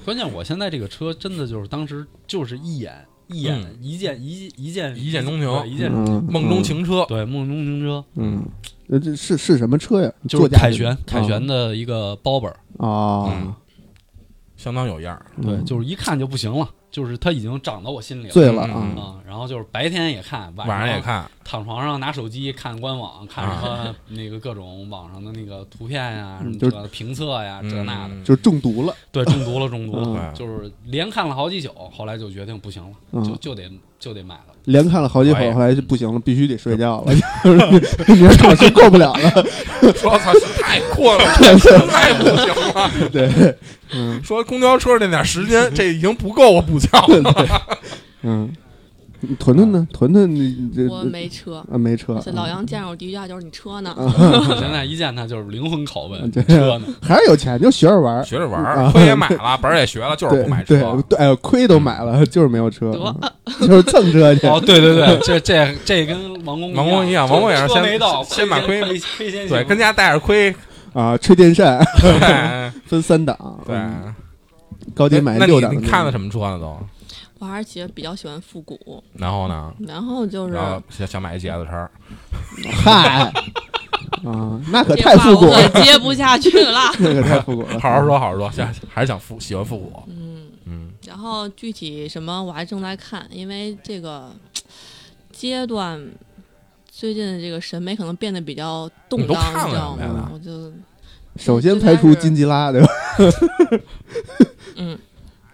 Speaker 4: 关键我现在这个车真的就是当时就是一眼 一眼、
Speaker 3: 嗯
Speaker 4: 一见一一见
Speaker 3: 一见钟情
Speaker 4: 对一见、
Speaker 2: 嗯，
Speaker 3: 梦中情车，
Speaker 4: 对梦中情车，
Speaker 2: 嗯，嗯，这是是什么车呀？
Speaker 4: 就
Speaker 2: 座
Speaker 4: 是
Speaker 2: 驾
Speaker 4: 凯
Speaker 2: 驶
Speaker 4: 旋凯旋的一个包本儿，
Speaker 3: 嗯
Speaker 2: 啊，嗯
Speaker 3: 相当有样儿。
Speaker 4: 对，就是一看就不行了，就是它已经长到我心里了。
Speaker 2: 醉了
Speaker 3: 嗯
Speaker 2: 啊！
Speaker 4: 啊、然后就是白天也看，晚啊
Speaker 3: 晚上也，看，啊
Speaker 4: 躺床上拿手机看官网，看什么那个各种网上的那个图片呀、
Speaker 2: 嗯
Speaker 4: 什么
Speaker 2: 就
Speaker 4: 这
Speaker 2: 是
Speaker 4: 个评测呀、这那的，
Speaker 3: 嗯
Speaker 2: 就是中毒了，
Speaker 4: 对，中毒了，中毒了，
Speaker 3: 嗯
Speaker 4: 就是连看了好几宿，后来就决定不行了，就
Speaker 2: 嗯，
Speaker 4: 就得就得买了。
Speaker 2: 连看了好几
Speaker 3: 哎
Speaker 2: 会，
Speaker 3: 呀
Speaker 2: 后来就不行了，必须得睡觉了， 明儿 考试过不了了。
Speaker 3: 说操，太困了，太不行了。
Speaker 2: 对， 嗯
Speaker 3: 说公交车那点时间，这已经不够我补觉了。
Speaker 2: 嗯，屯屯呢？屯屯，你这
Speaker 1: 我没车。
Speaker 2: 啊没车，
Speaker 1: 这老杨见着我第一句话就是你车呢，
Speaker 2: 嗯
Speaker 4: 我现在一见他就是灵魂拷 问，
Speaker 2: 对啊
Speaker 4: 车呢？
Speaker 2: 还是有钱，就学着玩儿。
Speaker 3: 学着玩
Speaker 2: 啊
Speaker 3: 儿，车也买了，本儿也学了，就是
Speaker 2: 对
Speaker 3: 不买
Speaker 2: 对
Speaker 3: 车。嗯
Speaker 2: 对，哎，亏都买了，就是没有车啊
Speaker 1: 得，
Speaker 2: 就是蹭车去。
Speaker 4: 哦，对对对，这这这跟王工
Speaker 3: 王工一样
Speaker 4: 就是
Speaker 3: 王工也是
Speaker 4: 车
Speaker 3: 先
Speaker 4: 没到，
Speaker 3: 先把
Speaker 4: 亏
Speaker 3: 亏
Speaker 4: 先亏先
Speaker 3: 对，
Speaker 4: 行
Speaker 3: 跟家带着亏。
Speaker 2: 啊，吹电扇
Speaker 3: 对，
Speaker 2: 分三档，
Speaker 3: 对
Speaker 2: 嗯高低买
Speaker 3: 那
Speaker 2: 六档
Speaker 3: 你
Speaker 2: 的。
Speaker 3: 你看了什么车呢？都，
Speaker 1: 我还是其实比较喜欢复古，
Speaker 3: 然后呢？
Speaker 1: 然后就是
Speaker 3: 然后想想买一茄子车儿，
Speaker 2: 嗨，啊，那可
Speaker 1: 这
Speaker 2: 太
Speaker 1: 话
Speaker 2: 复古
Speaker 1: 我
Speaker 2: 了，
Speaker 1: 可接不下去了。
Speaker 2: 那可太复古了。
Speaker 3: 好好说，好好说，想还是想复喜欢复古。
Speaker 1: 嗯，
Speaker 3: 嗯，
Speaker 1: 然后具体什么我还正在看，因为这个阶段最近的这个审美可能变得比较动
Speaker 3: 你都
Speaker 1: 荡，
Speaker 3: 看了
Speaker 1: 你知道
Speaker 3: 原来
Speaker 1: 吗？我就
Speaker 2: 首先排除金吉拉，对吧？
Speaker 1: 嗯，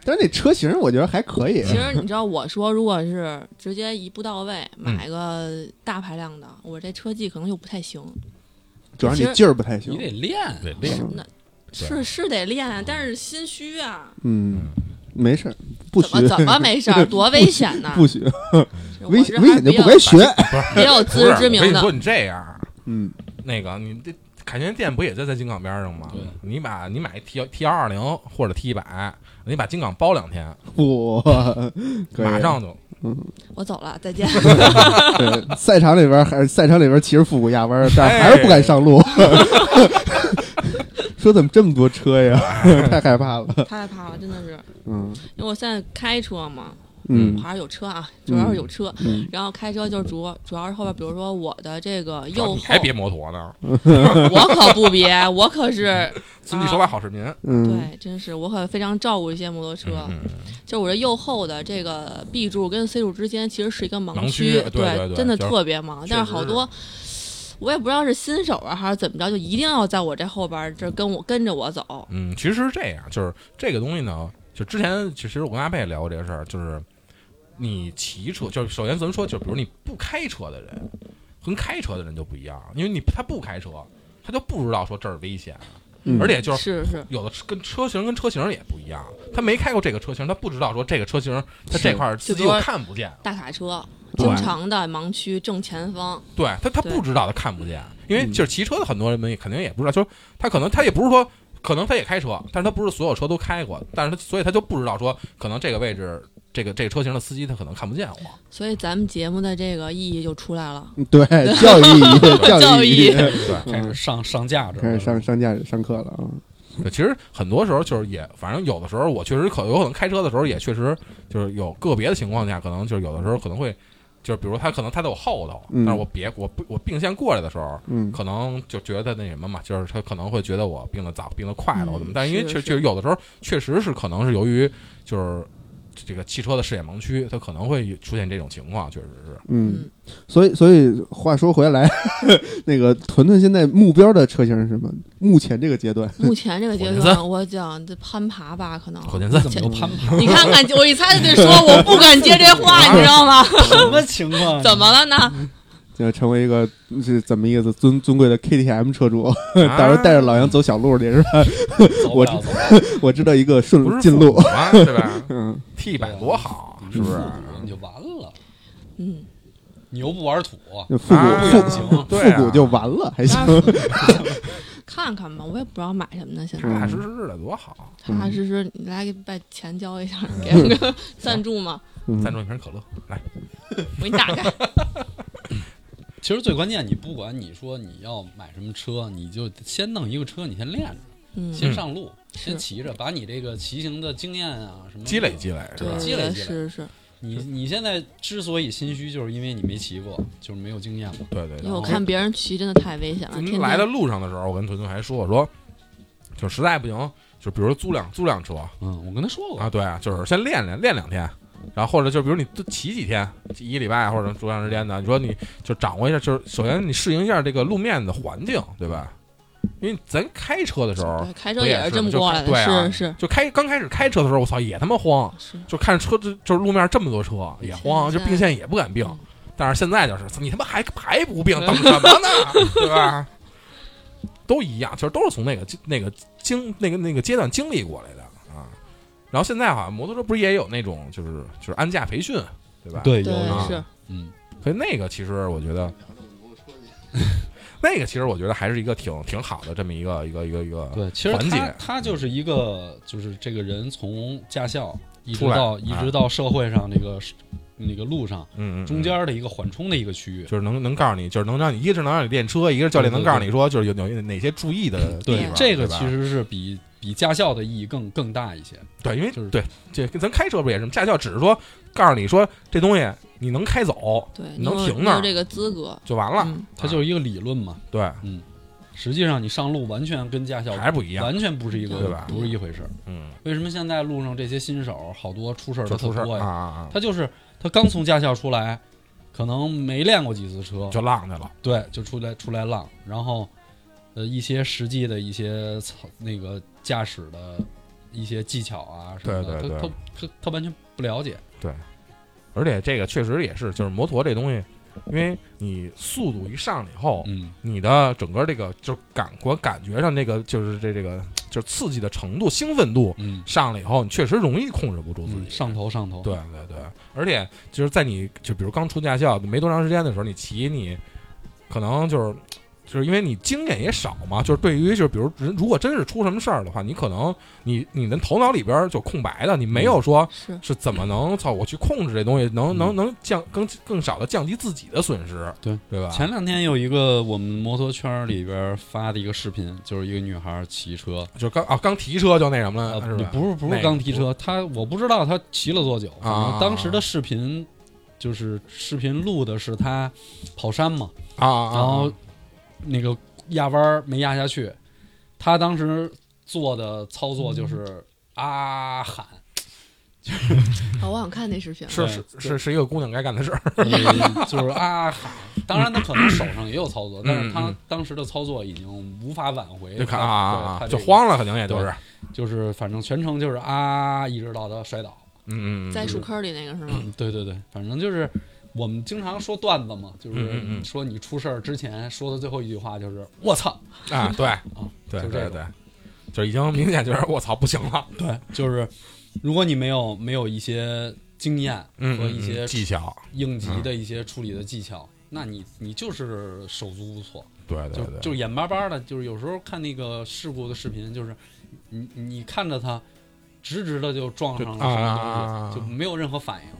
Speaker 2: 但是那车型我觉得还可以
Speaker 1: 其。实你知道，我说如果是直接一步到位买个大排量的，我这车技可能又不太行。
Speaker 2: 主要
Speaker 1: 其
Speaker 2: 你
Speaker 1: 实
Speaker 2: 劲儿不太行
Speaker 4: 你。得练，
Speaker 3: 对，那个
Speaker 1: 那是是得练啊，但是心虚啊，
Speaker 2: 嗯，没事儿，不
Speaker 1: 怎么
Speaker 2: 学，
Speaker 1: 怎么没事儿，多危险呐！
Speaker 2: 不学，
Speaker 1: 我
Speaker 2: 危
Speaker 1: 是
Speaker 2: 险
Speaker 1: 还
Speaker 2: 危险就
Speaker 1: 比
Speaker 2: 不
Speaker 1: 较
Speaker 2: 该学。
Speaker 1: 比较有
Speaker 3: 不
Speaker 1: 自
Speaker 3: 是
Speaker 1: 知之明
Speaker 3: 我跟你
Speaker 1: 的
Speaker 3: 说，你这样，
Speaker 2: 嗯，
Speaker 3: 那个你这凯旋店不也就在金港边上吗
Speaker 4: 对？
Speaker 3: 你把你买 T T 幺二零或者 T 一百，你把金港包两天，
Speaker 2: 哇，可以
Speaker 3: 马上就
Speaker 1: 我走了，再见。
Speaker 2: 对赛场里边还是赛场里边骑着复古压弯儿，
Speaker 3: 哎
Speaker 2: 但是还是不敢上路。 说怎么这么多车呀？
Speaker 3: 哎
Speaker 2: 太害怕了。
Speaker 1: 太害怕了，真的是，
Speaker 2: 嗯
Speaker 1: 因为我现在开车嘛，
Speaker 2: 嗯
Speaker 1: 还是有车啊，主要是有车。
Speaker 2: 嗯，
Speaker 1: 然后开车就是主主要是后边，比如说我的这个右后，
Speaker 3: 你还别摩托
Speaker 1: 啊
Speaker 3: 呢，
Speaker 1: 我可不别，我可是
Speaker 3: 遵纪守法好市民。
Speaker 2: 嗯
Speaker 1: 对，真是我可非常照顾这些摩托车。
Speaker 3: 嗯嗯
Speaker 1: 就我这右后的这个 B 柱跟 C 柱之间其实是一个盲
Speaker 3: 盲区
Speaker 1: 区，
Speaker 3: 对对对
Speaker 1: 真的
Speaker 3: 就是
Speaker 1: 特别忙。但
Speaker 3: 确
Speaker 1: 是
Speaker 3: 实
Speaker 1: 好
Speaker 3: 是
Speaker 1: 多我也不知道是新手啊还是怎么着，就一定要在我这后边儿这跟我跟着我走。
Speaker 3: 嗯，其实是这样，就是这个东西呢，就之前其实我跟阿贝聊过这个事儿，就是你骑车，就是首先咱们说，就比如你不开车的人，跟开车的人就不一样，因为你他不开车，他就不知道说这儿危险，
Speaker 2: 嗯
Speaker 3: 而且就是
Speaker 1: 是，
Speaker 3: 有的车跟车型跟车型也不一样，他没开过这个车型，他不知道说这个车型他这块儿司机
Speaker 1: 就比
Speaker 3: 又
Speaker 1: 如
Speaker 3: 看不见，
Speaker 1: 大卡车
Speaker 2: 对
Speaker 1: 经常的盲区正前方，
Speaker 3: 对他他
Speaker 1: 对
Speaker 3: 不知道他看不见，因为
Speaker 2: 嗯
Speaker 3: 就是骑车的很多人们也肯定也不知道，就是他可能他也不是说。可能他也开车，但是他不是所有车都开过，但是他所以他就不知道说，可能这个位置，这个这个车型的司机他可能看不见我。
Speaker 1: 所以咱们节目的这个意义就出来了。
Speaker 2: 对，教育意义，
Speaker 1: 教
Speaker 2: 育
Speaker 1: 育
Speaker 2: 意
Speaker 1: 意
Speaker 2: 义
Speaker 1: 义，
Speaker 3: 对
Speaker 4: 开始上上架这
Speaker 2: 开始上上架上课了啊。
Speaker 3: 对，其实很多时候就是也，反正有的时候我确实可有可能开车的时候也确实就是有个别的情况下，可能就是有的时候可能会，就是比如他可能他在我后头，
Speaker 2: 嗯
Speaker 3: 但是我别我不我并线过来的时候，
Speaker 2: 嗯
Speaker 3: 可能就觉得那什么嘛，就是他可能会觉得我病得早，病得快了，我怎么？
Speaker 1: 嗯
Speaker 3: 但是因为
Speaker 1: 是
Speaker 3: 确
Speaker 1: 是
Speaker 3: 确实有的时候确实是可能是由于就是这个汽车的视野盲区，它可能会出现这种情况，确实是。
Speaker 2: 嗯
Speaker 1: 嗯，
Speaker 2: 所以所以话说回来， 那个屯屯现在目标的车型是什么？目前这个阶段，
Speaker 1: 目前 这个阶
Speaker 3: 火箭
Speaker 1: 段，我讲这攀爬吧，可能
Speaker 2: 哦
Speaker 3: 火箭三
Speaker 4: 怎么又攀爬？
Speaker 1: 你看看，我一猜就得说，我不敢接这话，你知道 吗？
Speaker 4: 什么情况？
Speaker 1: 怎么了呢？
Speaker 2: 就成为一个是怎么一个尊尊贵的 KTM 车主，
Speaker 3: 啊
Speaker 2: 到时候带着老杨走小路去是吧？
Speaker 4: 走
Speaker 2: 我
Speaker 4: 不了走不了
Speaker 2: 我知道一个顺
Speaker 3: 不
Speaker 2: 路
Speaker 3: 是
Speaker 2: 近路
Speaker 3: 父母，吗？对 吧
Speaker 2: 嗯，
Speaker 3: ？T 一
Speaker 1: 啊
Speaker 3: 百多好，啊
Speaker 4: 你
Speaker 3: 是不是？
Speaker 4: 复古你就完了，
Speaker 1: 嗯，
Speaker 4: 你又不玩土，
Speaker 2: 就复古
Speaker 3: 啊
Speaker 2: 复
Speaker 4: 行
Speaker 2: 古
Speaker 3: 对啊
Speaker 2: 复古就完了，还行。
Speaker 1: 看看吧，我也不知道买什么呢，现在
Speaker 3: 踏踏实实的多好。啊
Speaker 1: 踏踏实实，你来给把钱交一下，
Speaker 3: 嗯
Speaker 1: 给我个 赞助嘛，
Speaker 3: 赞
Speaker 2: 嗯
Speaker 3: 助一瓶可乐，来，
Speaker 1: 我给你打开。
Speaker 4: 其实最关键，你不管你说你要买什么车，你就先弄一个车，你先练着，
Speaker 1: 嗯，
Speaker 4: 先上路，先
Speaker 1: 是
Speaker 4: 骑着，把你这个骑行的经验啊什么
Speaker 3: 积累积累是
Speaker 1: 对
Speaker 3: 吧？
Speaker 4: 积累积累
Speaker 1: 是是，
Speaker 4: 你你现在之所以心虚，就是因为你没骑过，就是没有经验嘛。
Speaker 3: 对对
Speaker 1: 因
Speaker 3: 对
Speaker 1: 为。我看别人骑真的太危险了，天
Speaker 3: 您
Speaker 1: 天
Speaker 3: 来的路上的时候，我跟屯屯还说，我说，就实在不行，就比如说租辆租辆车
Speaker 4: 嗯，我跟他说过，
Speaker 3: 啊，对啊，就是先练练练两天，然后或者就比如你多骑几天，一礼拜或者多长时间的，你说你就掌握一下，就是首先你适应一下这个路面的环境，对吧？因为咱开车的时候，
Speaker 1: 对开
Speaker 3: 不
Speaker 1: 车
Speaker 3: 也
Speaker 1: 也
Speaker 3: 是
Speaker 1: 这么
Speaker 3: 就
Speaker 1: 过来
Speaker 3: 对啊
Speaker 1: 的，是
Speaker 3: 就开刚开始开车的时候，我操也他妈慌，
Speaker 1: 是
Speaker 3: 就看车这就是路面这么多车也慌，就
Speaker 1: 现在
Speaker 3: 并线也不敢并
Speaker 1: 嗯。
Speaker 3: 但是现在就是你他妈还还不并，
Speaker 1: 对
Speaker 3: 等什么呢？ 对吧？都一样，其实都是从那个那个经那个那个阶段经历过来的啊。然后现在好像摩托车不是也有那种就是就是安驾培训，对吧？，
Speaker 4: 对
Speaker 1: 是，
Speaker 3: 啊
Speaker 1: 对是，
Speaker 4: 嗯，
Speaker 3: 所以那个其实我觉得， 那个其实我觉得还是一个挺挺好的这么一个一个一个一个
Speaker 4: 对，其实
Speaker 3: 啊缓
Speaker 4: 他
Speaker 3: 解
Speaker 4: 他就是一个，就是这个人从驾校一直
Speaker 3: 出来啊
Speaker 4: 到一直到社会上这个那个路上
Speaker 3: 嗯嗯嗯
Speaker 4: 中间的一个缓冲的一个区域。
Speaker 3: 就是能能告诉你，就是能让你一是能让你练车，一个是教练能告诉你说就是有有有哪些注意的地
Speaker 4: 对
Speaker 3: 方，，
Speaker 4: 这个
Speaker 3: 对吧啊
Speaker 4: 其实是比比驾校的意义更更大一些。
Speaker 3: 对，因为
Speaker 4: 就是
Speaker 3: 对这咱开车不也是吗？驾校只是说告诉你说这东西你能开走
Speaker 1: 对，
Speaker 3: 你
Speaker 1: 你
Speaker 3: 能
Speaker 1: 有
Speaker 3: 停
Speaker 1: 你
Speaker 3: 那儿
Speaker 1: 有这个资格，
Speaker 3: 就完了，
Speaker 1: 嗯
Speaker 4: 它就是一个理论嘛。
Speaker 3: 对，
Speaker 4: 实际上你上路完全跟驾校
Speaker 3: 还是不一样，
Speaker 4: 完全不是一个
Speaker 3: 对吧
Speaker 4: 不是一回事儿。
Speaker 3: 嗯，
Speaker 4: 为什么现在路上这些新手好多出事儿
Speaker 3: 就
Speaker 4: 的
Speaker 3: 出
Speaker 4: 特
Speaker 3: 事
Speaker 4: 多
Speaker 3: 儿啊
Speaker 4: 呀？
Speaker 3: 啊
Speaker 4: 他就是他刚从驾校出来，可能没练过几次车
Speaker 3: 啊，，就浪去了，
Speaker 4: 对，就出来出来浪，然后呃一些实际的一些操那个驾驶的一些技巧啊什么的，
Speaker 3: 对对
Speaker 4: 他
Speaker 3: 对
Speaker 4: 他他他完全不了解。
Speaker 3: 而且这个确实也是，就是摩托这东西，因为你速度一上来以后，
Speaker 4: 嗯，
Speaker 3: 你的整个这个就是感官感觉上这个就是这这个就是刺激的程度、兴奋度
Speaker 4: 嗯
Speaker 3: 上来以后，你确实容易控制不住自己
Speaker 4: 嗯，，上头上头。
Speaker 3: 对对对，而且就是在你就比如刚出驾校没多长时间的时候，你骑你可能就是就是因为你经验也少嘛，就是对于就是比如人如果真是出什么事儿的话，你可能你你的头脑里边儿就空白的，你没有说
Speaker 1: 是
Speaker 3: 是怎么能操我去控制这东西，能能
Speaker 4: 嗯
Speaker 3: 能降更更少的降低自己的损失，
Speaker 4: 对
Speaker 3: 对吧？
Speaker 4: 前两天有一个我们摩托圈里边发的一个视频，就是一个女孩骑车，
Speaker 3: 就是刚啊刚提车就那什么了，
Speaker 4: 呃，
Speaker 3: 是吧？
Speaker 4: 不是不
Speaker 3: 那
Speaker 4: 是
Speaker 3: 个
Speaker 4: 刚提车，她我不知道她骑了多久，反
Speaker 3: 啊
Speaker 4: 正当时的视频就是视频录的是她跑山嘛，
Speaker 3: 啊啊，啊
Speaker 4: 然后那个压弯儿没压下去，她当时做的操作就是啊喊，
Speaker 1: 啊，我想看那视频。
Speaker 3: 是
Speaker 4: 对
Speaker 3: 是
Speaker 4: 对
Speaker 3: 是是一个姑娘该干的事儿，嗯
Speaker 4: 呃 就是啊喊。当然，她可能手上也有操作，但是
Speaker 3: 嗯
Speaker 4: 她
Speaker 3: 嗯
Speaker 4: 当时的操作已经无法挽回，
Speaker 3: 就看啊啊啊
Speaker 4: 对她
Speaker 3: 啊，
Speaker 4: 这
Speaker 3: 就
Speaker 4: 个
Speaker 3: 慌了，肯定也都是，
Speaker 4: 就是反正全程就是啊，一直到他摔倒。
Speaker 3: 嗯嗯嗯，
Speaker 1: 在
Speaker 3: 嗯
Speaker 1: 树坑里那个是吗？
Speaker 4: 对对对，反正就是我们经常说段子嘛，就
Speaker 3: 嗯嗯
Speaker 4: 是
Speaker 3: 嗯
Speaker 4: 说你出事儿之前说的最后一句话就是“我操
Speaker 3: 啊，对”，对
Speaker 4: 就
Speaker 3: 对
Speaker 4: 这
Speaker 3: 对，就是已经明显觉得我操不行了，
Speaker 4: 对，就是如果你没有没有一些经验
Speaker 3: 嗯，
Speaker 4: 和一些
Speaker 3: 嗯技巧，
Speaker 4: 应急的一些处理的技巧，那你你就是手足无措，
Speaker 3: 对嗯对
Speaker 4: 就
Speaker 3: 对，
Speaker 4: 就是眼巴巴的，就是有时候看那个事故的视频，就是你你看着他直直的就撞上了
Speaker 3: 就啊
Speaker 4: 什么
Speaker 3: 啊啊啊啊
Speaker 4: 东西，就没有任何反应。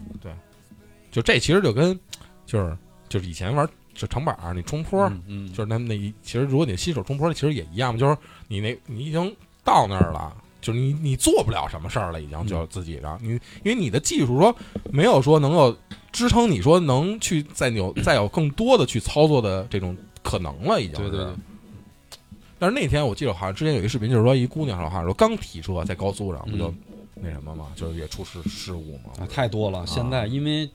Speaker 3: 就这其实就跟就是就是以前玩就长板儿你冲坡，
Speaker 4: 嗯嗯，
Speaker 3: 就是他们那一其实如果你新手冲坡，其实也一样嘛，就是你那你已经到那儿了。就是你，你做不了什么事儿了，已经
Speaker 4: 嗯
Speaker 3: 就自己的、你，因为你的技术说没有说能够支撑你说能去再有再有更多的去操作的这种可能了，已经
Speaker 4: 对
Speaker 3: 是。
Speaker 4: 对对。
Speaker 3: 但是那天我记得好像之前有一视频，就是说一姑娘好像说刚提车在高速上不就
Speaker 4: 嗯
Speaker 3: 那什么嘛，就是也出事事故嘛。
Speaker 4: 啊，太多了。现在因为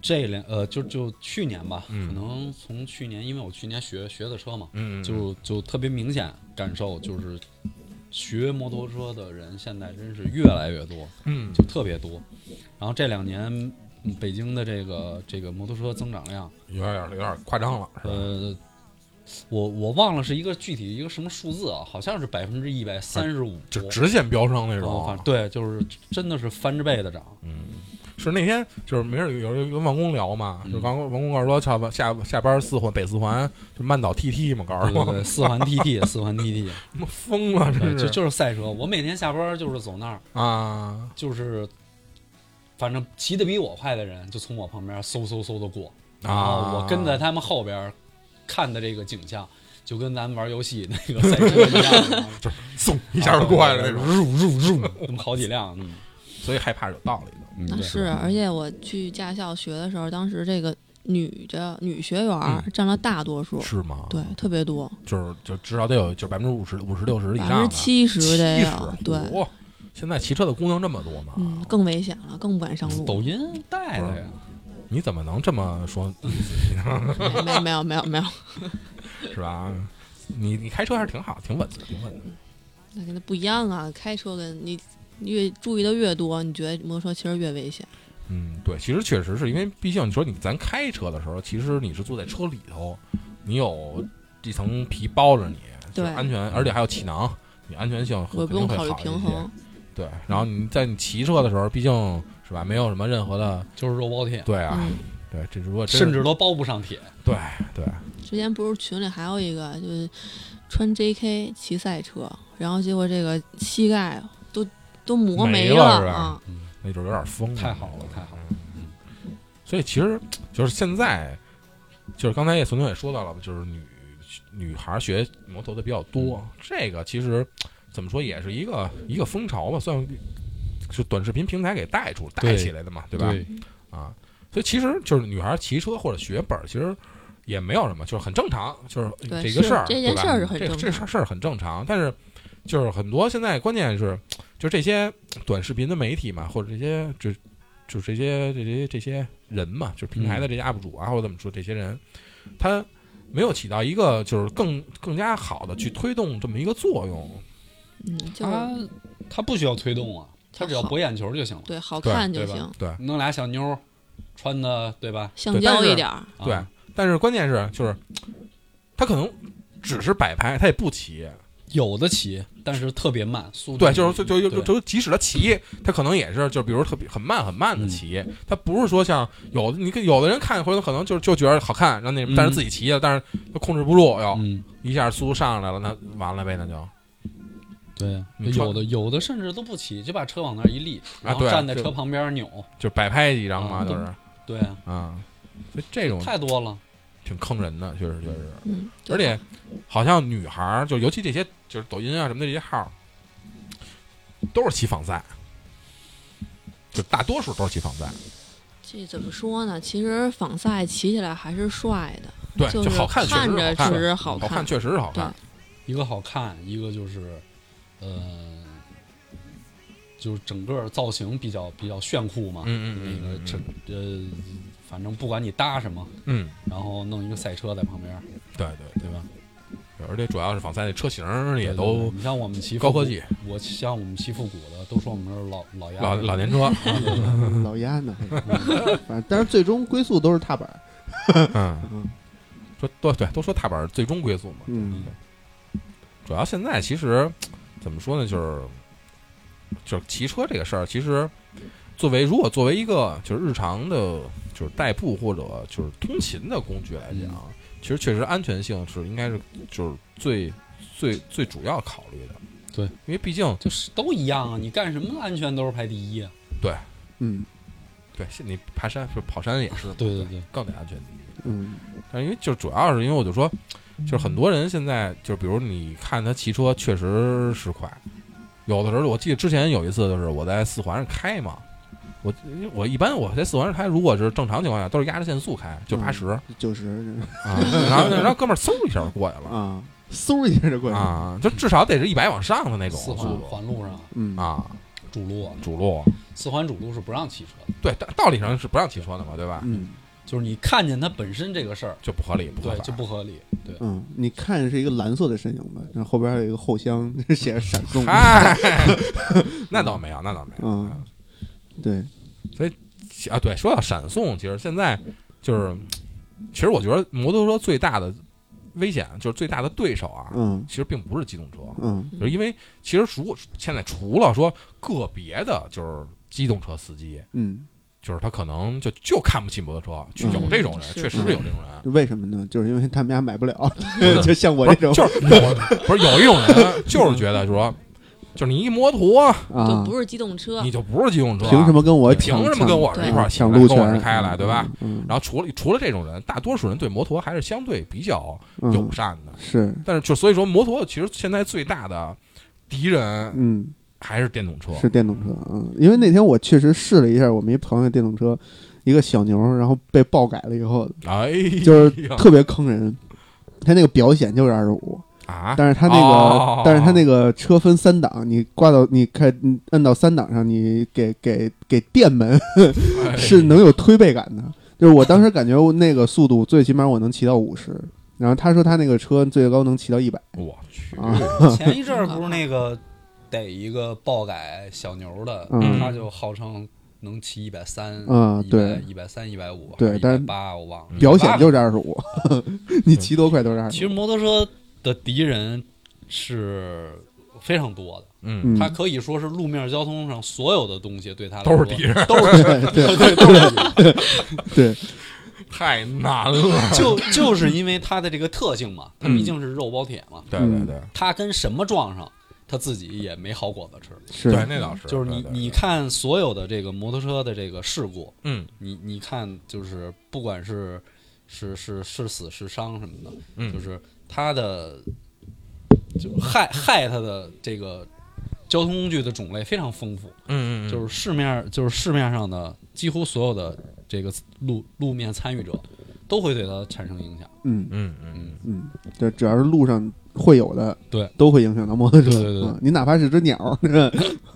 Speaker 4: 这两呃，就就去年吧，
Speaker 3: 嗯
Speaker 4: 可能从去年，因为我去年学学的车嘛，
Speaker 3: 嗯，嗯
Speaker 4: 就就特别明显感受就是。学摩托车的人现在真是越来越多，
Speaker 3: 嗯
Speaker 4: 就特别多。然后这两年，嗯北京的这个这个摩托车增长量，
Speaker 3: 有点有点夸张了，是吧？
Speaker 4: 呃，我我忘了是一个具体一个什么数字啊，好像是百分之一百三十五，
Speaker 3: 就直线飙升那
Speaker 4: 哦
Speaker 3: 种。
Speaker 4: 反对，就是真的是翻着倍的涨。
Speaker 3: 嗯，是那天就是没事有人跟王工聊嘛，
Speaker 4: 嗯
Speaker 3: 就王工王工告诉说下班下下班四环北四环就慢倒 TT 嘛，告
Speaker 4: 对
Speaker 3: 诉
Speaker 4: 对
Speaker 3: 我
Speaker 4: 对，四环 TT，四 环 TT。
Speaker 3: 他妈疯了，
Speaker 4: 对，
Speaker 3: 真
Speaker 4: 就是就是赛车。我每天下班就是走那儿，
Speaker 3: 啊，
Speaker 4: 就是反正骑得比我快的人就从我旁边嗖嗖嗖的过，然
Speaker 3: 啊
Speaker 4: 后我跟在他们后边看的这个景象，就跟咱们玩游戏那个赛车一 样，
Speaker 3: 送一下就过来了那种，
Speaker 4: 入入入，这么好几辆，嗯
Speaker 3: 所以害怕是有道理的。
Speaker 4: 嗯，
Speaker 1: 那
Speaker 4: 对
Speaker 1: 是，而且我去驾校学的时候，当时这个女的女学员儿
Speaker 3: 嗯
Speaker 1: 占了大多数，
Speaker 3: 是吗？
Speaker 1: 对，，特别多，
Speaker 3: 就是就至少得有就百分之五十、五十六十以
Speaker 1: 百
Speaker 3: 上
Speaker 1: 分
Speaker 3: 的，
Speaker 1: 之七十得
Speaker 3: 70
Speaker 1: 有，对，
Speaker 3: 哇现在骑车的姑娘这么多吗？
Speaker 1: 嗯，更危险了，更不敢上
Speaker 3: 嗯
Speaker 1: 路。
Speaker 4: 抖音带的呀，
Speaker 3: 你怎么能这么说，
Speaker 1: 没没没有没有没有，
Speaker 3: 是吧？你你开车还是挺好，挺稳的，挺稳的。
Speaker 1: 那跟那不一样啊！开车跟你越注意的越多，你觉得摩托车其实越危险。
Speaker 3: 嗯，对，其实确实是因为，毕竟你说你咱开车的时候，其实你是坐在车里头，你有这层皮包着你，
Speaker 1: 对
Speaker 3: 就是安全，而且还有气囊，你安全性
Speaker 1: 我
Speaker 3: 肯
Speaker 1: 不
Speaker 3: 定
Speaker 1: 用
Speaker 3: 会
Speaker 1: 考虑
Speaker 3: 好一
Speaker 1: 平
Speaker 3: 些
Speaker 1: 衡。，
Speaker 3: 对，然后你在你骑车的时候，毕竟是吧，没有什么任何的，
Speaker 4: 就是肉包铁，
Speaker 3: 对啊，
Speaker 1: 嗯，
Speaker 3: 对，这如果真是
Speaker 4: 甚至都包不上铁，
Speaker 3: 对对，
Speaker 1: 之前不是群里还有一个就是穿 JK 骑赛车，然后结果这个膝盖都都磨
Speaker 3: 没
Speaker 1: 了
Speaker 3: 了是吧
Speaker 1: 啊！
Speaker 3: 那就是有点疯了，嗯
Speaker 4: 太好了，太好了，
Speaker 3: 所以其实就是现在，就是刚才也从头也说到了，就是女女孩学摩托的比较
Speaker 4: 嗯
Speaker 3: 多，这个其实怎么说也是一个一个风潮吧，算是短视频平台给带出带
Speaker 4: 对
Speaker 3: 起来的嘛，对
Speaker 4: 对
Speaker 3: 吧？啊，所以其实就是女孩骑车或者学本儿，其实也没有什么，就是很正常，就是
Speaker 1: 对
Speaker 3: 这个事儿，
Speaker 1: 是这件
Speaker 3: 对吧
Speaker 1: 事儿是很
Speaker 3: 这
Speaker 1: 正
Speaker 3: 这事儿事儿很正常，但是就是很多现在关键是，就这些短视频的媒体嘛，或者这些就就这些这些这些人嘛，就是平台
Speaker 1: 嗯
Speaker 3: 的这些 UP 主啊，或者怎么说这些人，他没有起到一个就是更更加好的去推动这么一个作用，
Speaker 1: 嗯，就是、
Speaker 3: 啊
Speaker 4: 他他不需要推动啊，他只要博眼球就行了，
Speaker 1: 对好
Speaker 3: 对
Speaker 1: 看就
Speaker 4: 对吧
Speaker 1: 行，
Speaker 3: 对。
Speaker 4: 弄俩小妞儿，穿的对吧？
Speaker 1: 橡
Speaker 3: 对但
Speaker 1: 胶
Speaker 3: 是
Speaker 1: 一点儿。
Speaker 4: 啊
Speaker 3: 对，但是关键是就是他可能只是摆拍，他也不骑，
Speaker 4: 有的骑，但是特别慢，速度
Speaker 3: 对，就是就就就
Speaker 4: 嗯对
Speaker 3: 就即使他骑，他可能也是就是比如特别很慢很
Speaker 4: 嗯
Speaker 3: 慢的骑，他不是说像有的你看有的人看回头可能就就觉得好看，然后那
Speaker 4: 嗯
Speaker 3: 但是自己骑了，但是他控制不住，哟，
Speaker 4: 嗯，
Speaker 3: 一下速度上来了，那完了呗，那就
Speaker 4: 对，啊
Speaker 3: 你穿啊
Speaker 4: 有的有的甚至都不骑，就把车往那儿一立，然后
Speaker 3: 对
Speaker 4: 站在
Speaker 3: 就
Speaker 4: 车旁边扭，
Speaker 3: 就摆拍几张嘛，
Speaker 4: 嗯
Speaker 3: 就是
Speaker 4: 对，
Speaker 3: 啊，所以这种
Speaker 4: 太多了，
Speaker 3: 挺坑人的，确实确实。
Speaker 1: 嗯，
Speaker 3: 而且好像女孩儿，就尤其这些就是抖音啊什么的这些号儿，都是骑仿赛，就大多数都是骑仿赛，
Speaker 1: 这怎么说呢？其实仿赛骑起来还是帅的，
Speaker 3: 对，
Speaker 1: 就
Speaker 3: 就是好看，确实
Speaker 1: 看着确
Speaker 3: 好看，
Speaker 1: 实好
Speaker 3: 好
Speaker 1: 看，
Speaker 3: 确实是好
Speaker 1: 对
Speaker 3: 看，
Speaker 4: 一个好看，一个就是，呃，就是整个造型比较比较炫酷嘛，
Speaker 3: 嗯嗯嗯
Speaker 4: 啊那个
Speaker 3: 嗯
Speaker 4: 这呃，反正不管你搭什么，
Speaker 3: 嗯，
Speaker 4: 然后弄一个赛车在旁边，
Speaker 3: 对对
Speaker 4: 对吧？
Speaker 3: 对，而且主要是仿赛那车型儿也
Speaker 4: 对对对
Speaker 3: 都
Speaker 4: 你像我们骑复
Speaker 3: 高科
Speaker 4: 古，
Speaker 3: 技，
Speaker 4: 我像我们骑复古的，都说我们是老老
Speaker 3: 老
Speaker 4: 鸭子
Speaker 3: 老年车，
Speaker 2: 嗯老鸭呢，反正但是最终归宿都是踏板儿。
Speaker 3: 嗯，说对对，都说踏板儿最终归宿嘛，
Speaker 2: 嗯，
Speaker 3: 主要现在其实怎么说呢，就是就是骑车这个事儿，其实作为如果作为一个就是日常的，就是代步或者就是通勤的工具来讲，
Speaker 4: 嗯
Speaker 3: 其实确实安全性是应该是就是最最最主要考虑的。
Speaker 4: 对，
Speaker 3: 因为毕竟
Speaker 4: 就是都一样啊，你干什么安全都是排第一啊。
Speaker 2: 嗯
Speaker 3: 对是你爬山是跑山也是
Speaker 4: 对对对，
Speaker 3: 更得安全第一。
Speaker 2: 嗯
Speaker 3: 但是因为就主要是因为我就说，就是很多人现在就比如你看他骑车确实是快，有的时候我记得之前有一次就是我在四环上开嘛，我我一般我在四环上开，如果是正常情况下都是压着限速开，就八十、
Speaker 2: 嗯就是
Speaker 3: 啊，然后然后哥们儿嗖一下就过去了
Speaker 2: 啊，嗖一下就过去了。
Speaker 3: 啊，就至少得是一百往上的那种
Speaker 4: 四
Speaker 3: 速
Speaker 4: 环
Speaker 3: 度
Speaker 4: 环路上
Speaker 2: 嗯，
Speaker 3: 啊，
Speaker 4: 主路啊，
Speaker 3: 主路
Speaker 4: 四环主路是不让骑车的，
Speaker 3: 对，道道理上是不让骑车的嘛，对吧？
Speaker 2: 嗯
Speaker 4: 就是你看见它本身这个事儿，
Speaker 3: 就不合理，不合
Speaker 4: 对，
Speaker 3: 法
Speaker 4: 就。不合理。对，
Speaker 2: 嗯，你看是一个蓝色的身影吧，然后后边还有一个后箱写着闪送。
Speaker 3: 嗨， 那倒没有，那倒没有。
Speaker 2: 嗯，对，
Speaker 3: 啊，对，说到闪送，其实现在就是，其实我觉得摩托车最大的危险，就是最大的对手啊，
Speaker 2: 嗯
Speaker 3: 其实并不是机动车，
Speaker 2: 嗯
Speaker 3: 就是因为其实除现在除了说个别的，就是机动车司机，
Speaker 2: 嗯，
Speaker 3: 就是他可能就就看不起摩托车，就有这种人，
Speaker 1: 嗯
Speaker 3: 确实是有这种人。
Speaker 2: 为什么呢？就是因为他们家买不了，就像我这种
Speaker 3: 就是有，不是有一种人，就是觉得说，就是你一摩托，
Speaker 1: 就
Speaker 2: 啊，
Speaker 1: 不是机动车
Speaker 3: 你，就不是机动车，
Speaker 2: 凭什么跟我
Speaker 3: 你凭
Speaker 2: 抢
Speaker 3: 什么跟我
Speaker 1: 抢
Speaker 3: 是一块儿骑
Speaker 2: 抢
Speaker 3: 来
Speaker 2: 路
Speaker 3: 跟我
Speaker 2: 权
Speaker 3: 是开来，对吧？？
Speaker 2: 嗯
Speaker 3: 然后除了除了这种人，大多数人对摩托还是相对比较
Speaker 2: 嗯，
Speaker 3: 友善的。
Speaker 2: 是，
Speaker 3: 但是就所以说，摩托其实现在最大的敌人
Speaker 2: 嗯。
Speaker 3: 还是电动车。
Speaker 2: 是电动车，嗯，因为那天我确实试了一下，我们一朋友电动车，一个小牛，然后被爆改了以后，
Speaker 3: 哎呀，
Speaker 2: 就是特别坑人。它那个表显就是二十五，
Speaker 3: 啊，
Speaker 2: 但是它那个，
Speaker 3: 哦
Speaker 2: 但是它那个车分三档，你挂到你开，你摁到三档上，你给给给电门
Speaker 3: 哎
Speaker 2: 是能有推背感的。就是我当时感觉我那个速度最起码我能骑到五十，然后他说他那个车最高能骑到一百
Speaker 3: 我去，
Speaker 2: 啊，
Speaker 4: 前一阵儿不是那个逮一个爆改小牛的，
Speaker 2: 嗯
Speaker 4: 他就号称能骑一百三，
Speaker 2: 嗯对
Speaker 4: 一百三、一百五，
Speaker 2: 对但
Speaker 4: 一
Speaker 2: 是
Speaker 4: 百八我
Speaker 3: 嗯
Speaker 4: 忘了。
Speaker 2: 表显
Speaker 4: 180
Speaker 2: 就是二十五， 你骑多快都是二
Speaker 4: 其
Speaker 2: 十
Speaker 4: 实
Speaker 2: 五。
Speaker 4: 摩托车的敌人是非常多的，
Speaker 3: 嗯，
Speaker 2: 嗯，
Speaker 4: 它可以说是路面交通上所有的东西对它来
Speaker 3: 都是
Speaker 4: 说
Speaker 3: 敌人，
Speaker 4: 都是
Speaker 2: 对哎对对对对，
Speaker 3: 太难了。
Speaker 4: 就就是因为它的这个特性嘛，它
Speaker 3: 嗯
Speaker 4: 毕竟是肉包铁嘛，
Speaker 3: 对对
Speaker 2: 嗯
Speaker 3: 对，
Speaker 4: 它跟什么撞上，它自己也没好果子吃。
Speaker 2: 是
Speaker 3: 对，那倒是，
Speaker 4: 就是你
Speaker 3: 对
Speaker 4: 你，看所有的这个摩托车的这个事故，
Speaker 3: 对嗯
Speaker 4: 你你看就是不管是是是是死是伤什么的，就
Speaker 3: 嗯，
Speaker 4: 是它的就是害害它的这个交通工具的种类非常丰富，
Speaker 3: 嗯嗯，
Speaker 4: 就是是市面就是市面上的几乎所有的这个路路面参与者都会对它产生影响。
Speaker 2: 嗯
Speaker 3: 嗯嗯
Speaker 2: 嗯，这只要是路上会有的，
Speaker 4: 对，
Speaker 2: 都会影响到摩托车。
Speaker 4: 对对对
Speaker 2: 嗯你哪怕是只鸟，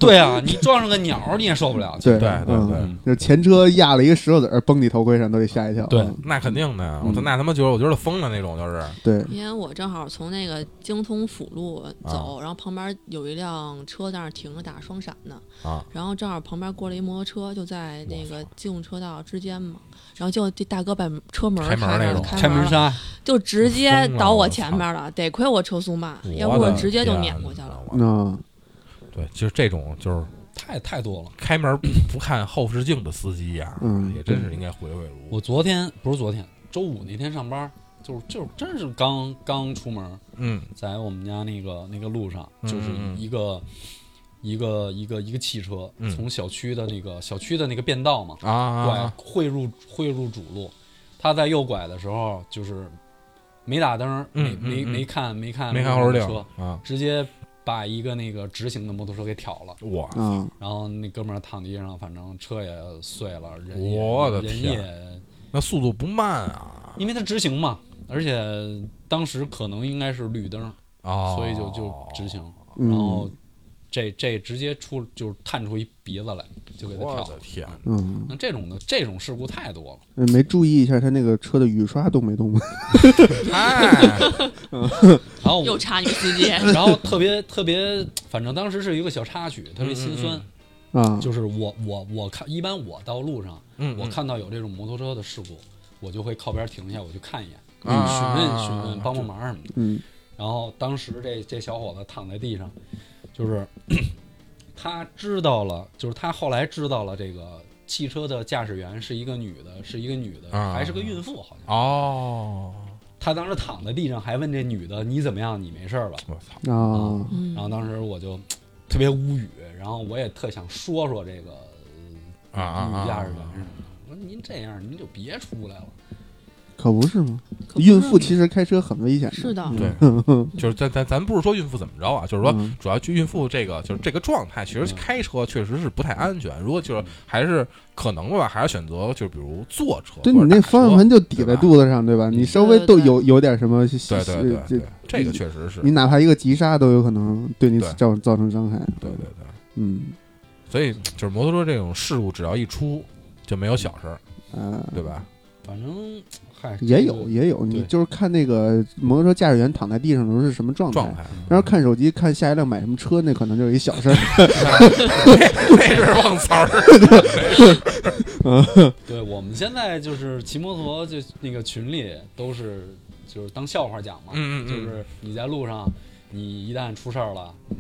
Speaker 4: 对啊，你撞上个鸟儿你也受不了。
Speaker 2: 对对
Speaker 3: 对对对
Speaker 2: 嗯，就是前车压了一个石头子儿崩你头盔上，都得吓一跳。
Speaker 4: 对
Speaker 2: 嗯
Speaker 3: 那肯定的呀！我操，
Speaker 2: 嗯
Speaker 3: 那他妈就是我觉得疯了那种，就是
Speaker 2: 对，
Speaker 1: 因为我正好从那个京通辅路走，然后旁边有一辆车在那儿停着打双闪呢，
Speaker 3: 啊
Speaker 1: 然后正好旁边过了一摩托车，就在那个机动车道之间嘛，然后就这大哥把车门
Speaker 3: 开门
Speaker 1: 开
Speaker 3: 那
Speaker 1: 了，
Speaker 3: 种
Speaker 1: 开
Speaker 4: 开门
Speaker 1: 了，
Speaker 4: 杀，
Speaker 1: 就直接
Speaker 3: 疯了
Speaker 1: 倒
Speaker 3: 我
Speaker 1: 我
Speaker 3: 操
Speaker 1: 前面了，得亏我车速慢，要
Speaker 3: 我
Speaker 1: 不我
Speaker 3: 的
Speaker 1: 直接就
Speaker 3: 天
Speaker 1: 碾过去了。
Speaker 3: 哪。
Speaker 2: 那啊
Speaker 3: 对，就是这种就是
Speaker 4: 太太多了。
Speaker 3: 开门不看后视镜的司机呀、
Speaker 2: 嗯
Speaker 3: 也真是应该回味如故。
Speaker 4: 我昨天不是昨天，周五那天上班，就是就是真是刚刚出门，
Speaker 3: 嗯
Speaker 4: 在我们家那个那个路上，
Speaker 3: 嗯
Speaker 4: 就是一个、一个一个一个汽车、
Speaker 3: 嗯
Speaker 4: 从小区的那个小区的那个变道嘛，拐
Speaker 3: 啊，
Speaker 4: 汇入汇入主路，他在右拐的时候就是没打灯，
Speaker 3: 嗯
Speaker 4: 没没
Speaker 3: 嗯嗯
Speaker 4: 没看没看
Speaker 3: 没看后视
Speaker 4: 路
Speaker 3: 镜
Speaker 4: 上
Speaker 3: 啊
Speaker 4: 车，，直接把一个那个直行的摩托车给挑了。
Speaker 3: 我
Speaker 2: 啊，
Speaker 4: 然后那哥们儿躺地上，反正车也碎了，人也
Speaker 3: 我的
Speaker 4: 人
Speaker 3: 天
Speaker 4: 也，
Speaker 3: 那速度不慢啊，
Speaker 4: 因为他直行嘛，而且当时可能应该是绿灯，
Speaker 3: 哦，
Speaker 4: 所以就就直行，
Speaker 2: 嗯
Speaker 4: 然后这这直接出就是探出一鼻子来，就给他
Speaker 3: 我
Speaker 4: 跳
Speaker 3: 的
Speaker 4: 了。
Speaker 3: 天，
Speaker 2: 嗯，呃
Speaker 4: 那这种的这种事故啊太多了，
Speaker 2: 没注意一下他那个车的雨刷动没动吗？
Speaker 3: 哎，
Speaker 4: 然后
Speaker 1: 又
Speaker 4: 我
Speaker 1: 差女司机，
Speaker 4: 然后特别特别，反正当时是一个小插曲，特别心酸。
Speaker 3: 嗯
Speaker 2: 啊，
Speaker 4: 就是我我我看，一般我到路上，
Speaker 3: 嗯，
Speaker 4: 我看到有这种摩托车的事故，我就会靠边停下，我去看一眼，询
Speaker 3: 啊
Speaker 4: 问询问，帮帮忙什么的。
Speaker 2: 嗯
Speaker 4: 然后当时这这小伙子躺在地上，就是 他知道了，就是他后来知道了这个汽车的驾驶员是一个女的，是一个女的，
Speaker 3: 啊
Speaker 4: 还是个孕妇，好像。
Speaker 3: 哦，
Speaker 4: 他当时躺在地上，还问这女的：“你怎么样？你没事儿吧
Speaker 3: 我操，
Speaker 2: 啊，
Speaker 1: 嗯？”
Speaker 4: 然后当时我就特别无语，然后我也特想说说这个
Speaker 3: 啊啊
Speaker 4: 女
Speaker 3: 啊
Speaker 4: 驾驶
Speaker 3: 啊
Speaker 4: 员什么的，我说您这样您就别出来了。
Speaker 2: 可不是吗？
Speaker 1: 可不
Speaker 2: 孕
Speaker 1: 是
Speaker 2: 妇其实开车很危险
Speaker 1: 是的，
Speaker 3: 对，就是咱咱咱不是说孕妇怎么着啊，就是说
Speaker 2: 嗯
Speaker 3: 主要去孕妇这个就是这个状态，其实
Speaker 4: 嗯
Speaker 3: 开车确实是不太安全。如果就是还是可能的话，还是选择就比如坐车，
Speaker 2: 对
Speaker 3: 或
Speaker 2: 你
Speaker 3: 者
Speaker 2: 那
Speaker 3: 打车
Speaker 2: 方向盘就抵在
Speaker 3: 对吧嗯
Speaker 2: 肚子上，对吧？你稍微
Speaker 1: 对对
Speaker 2: 都
Speaker 1: 对
Speaker 2: 有有点什么，
Speaker 3: 对对对
Speaker 2: 这
Speaker 3: 对，这个确实是，
Speaker 2: 你哪怕一个急刹都有可能对你
Speaker 3: 对
Speaker 2: 造造成伤害。
Speaker 3: 对对对。
Speaker 2: 嗯
Speaker 3: 所以就是摩托车这种事故，只要一出就没有小事儿，
Speaker 2: 啊，
Speaker 3: 对吧？
Speaker 4: 反正嗨，
Speaker 2: 也
Speaker 4: 这
Speaker 2: 有
Speaker 4: 个
Speaker 2: 也有，你
Speaker 4: 对
Speaker 2: 就是看那个摩托车驾驶员躺在地上的时候是什么状
Speaker 3: 状
Speaker 2: 态。
Speaker 3: 态
Speaker 2: 然后看手机，看下一辆买什么车，那可能就是一小事儿。
Speaker 3: 那是忘词儿，
Speaker 4: 对，我们现在就是骑摩托，就那个群里都是就是当笑话讲嘛，
Speaker 3: 嗯嗯嗯
Speaker 4: 就是你在路上，你一旦出事儿了，嗯，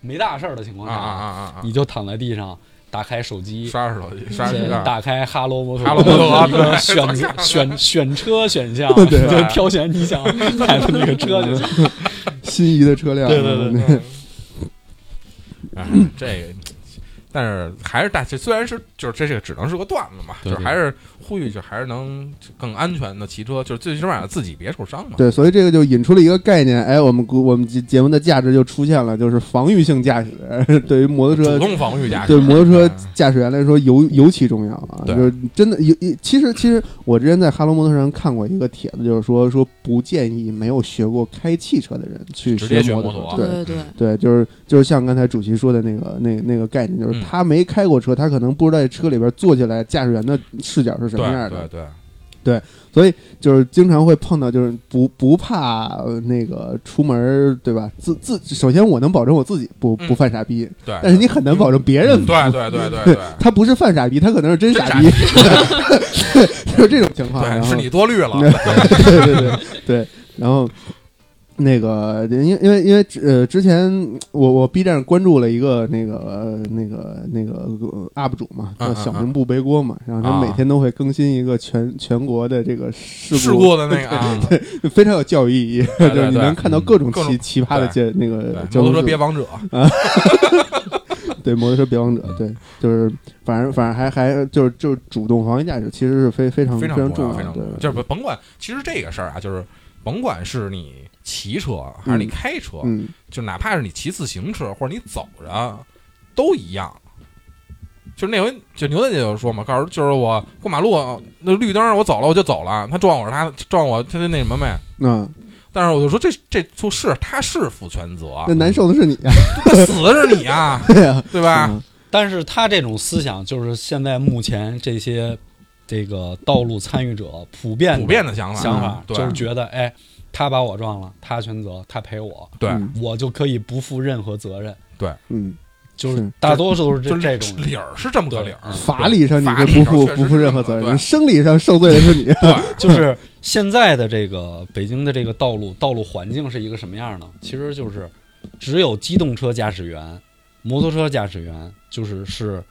Speaker 4: 没大事儿的情况
Speaker 3: 啊
Speaker 4: 下，
Speaker 3: 啊啊啊啊！
Speaker 4: 你就躺在地上，打开手机，
Speaker 3: 刷刷手机，刷
Speaker 4: 先
Speaker 3: 刷
Speaker 4: 打开哈罗摩托，
Speaker 3: 哈罗摩托
Speaker 4: 一个选择选选车选项，
Speaker 2: 对
Speaker 3: 啊
Speaker 4: 就挑选你想买的那个车就行。
Speaker 2: 心仪的车辆，
Speaker 4: 对对
Speaker 2: 对，
Speaker 3: 哎，这个，但是还是大家虽然是就是这这个只能是个段子嘛，
Speaker 4: 对
Speaker 3: 就是还是呼吁，就还是能更安全的骑车，就是最起码自己别受伤嘛。
Speaker 2: 对，所以这个就引出了一个概念，哎，我们估我们节节目的价值就出现了，就是防御性驾驶， 对于摩托
Speaker 3: 主
Speaker 2: 车，
Speaker 3: 动防御驾驶，
Speaker 2: 对摩托车
Speaker 3: 嗯
Speaker 2: 驾驶员来说尤尤其重要啊，
Speaker 3: 对
Speaker 2: 就是真的有，有其实其实我之前在哈罗摩托车上看过一个帖子，就是说说不建议没有学过开汽车的人去
Speaker 3: 直接学
Speaker 2: 摩
Speaker 3: 摩
Speaker 2: 托
Speaker 3: 托
Speaker 2: 车，
Speaker 3: 啊
Speaker 1: 对
Speaker 2: 对。
Speaker 1: 对，
Speaker 2: 对，就是就是像刚才主席说的那个那那个概念，就是
Speaker 3: 嗯
Speaker 2: 他没开过车，他可能不知道这车里边坐起来驾驶员的视角是什么样
Speaker 3: 对
Speaker 2: 的
Speaker 3: 对，对，
Speaker 2: 就是经常会碰到，就是不不怕呃那个出门儿对吧？自自首先我能保证我自己不
Speaker 3: 嗯
Speaker 2: 不犯傻逼，
Speaker 3: 对，嗯
Speaker 2: 但是你很难保证别人不。
Speaker 3: 对对 对对对，
Speaker 2: 他不是犯傻逼，他可能是真
Speaker 3: 真
Speaker 2: 傻逼， 就是这种情况。啊然
Speaker 3: 对
Speaker 2: 后
Speaker 3: 是你多虑了，
Speaker 2: 对对对对，然后那个，因为因为因为呃，之前我我 B 站关注了一个那个呃那个那个呃 UP 主嘛，
Speaker 3: 嗯
Speaker 2: 叫
Speaker 3: 嗯
Speaker 2: 小
Speaker 3: 嗯
Speaker 2: 明不背锅嘛，然后他
Speaker 3: 啊
Speaker 2: 每天都会更新一个全全国的这个事
Speaker 3: 嗯事故的那个啊，
Speaker 2: 非常有教育意义，
Speaker 3: 对
Speaker 2: 就是你
Speaker 3: 对嗯
Speaker 2: 能看到各种
Speaker 3: 各
Speaker 2: 奇
Speaker 3: 种
Speaker 2: 奇葩的这那
Speaker 3: 对
Speaker 2: 个交通
Speaker 3: 摩托车
Speaker 2: 事
Speaker 3: 别啊王者，
Speaker 2: 对摩托车别王者，
Speaker 3: 嗯
Speaker 2: 对，就是反正反正还还就是就是主动防御驾驶，其实是嗯非非常
Speaker 3: 非常
Speaker 2: 常
Speaker 3: 重
Speaker 2: 重
Speaker 3: 非常
Speaker 2: 对
Speaker 3: 重要。就是甭管，其实这个事儿啊，就是甭管是你骑车还是你开车，
Speaker 2: 嗯，
Speaker 3: 就哪怕是你骑自行车或者你走着，都一样。就是那回，就牛大姐就说嘛，告诉就是我过马路那绿灯我走了我就走了，他撞我他撞我他那什么没？
Speaker 2: 那
Speaker 3: 但是我就说这这就是他是负全责
Speaker 2: 那，难受的是 你啊，
Speaker 3: 死的是你啊，
Speaker 2: 对呀，
Speaker 3: 对吧？
Speaker 2: 嗯
Speaker 4: 但是他这种思想，就是现在目前这些这个道路参与者普遍
Speaker 3: 普遍的想法，
Speaker 4: 想法，
Speaker 3: 嗯对
Speaker 4: 就是觉得哎，他把我撞了，他全责，他赔我，
Speaker 3: 对
Speaker 2: 嗯
Speaker 4: 我就可以不负任何责任。
Speaker 2: 嗯，
Speaker 4: 就是大多数都是
Speaker 3: 就
Speaker 4: 这这
Speaker 3: 是
Speaker 4: 种嗯人
Speaker 3: 理儿是这么个理儿，嗯
Speaker 2: 法理上你是不
Speaker 3: 法
Speaker 2: 负
Speaker 3: 理上确实
Speaker 2: 不负
Speaker 3: 是
Speaker 2: 任何责
Speaker 3: 对
Speaker 2: 任，生理上受罪的是你。
Speaker 3: 对，
Speaker 4: 就是现在的这个北京的这个道路道路环境是一个什么样呢？其实就是只有机动车驾驶员、摩托车驾驶员，就是是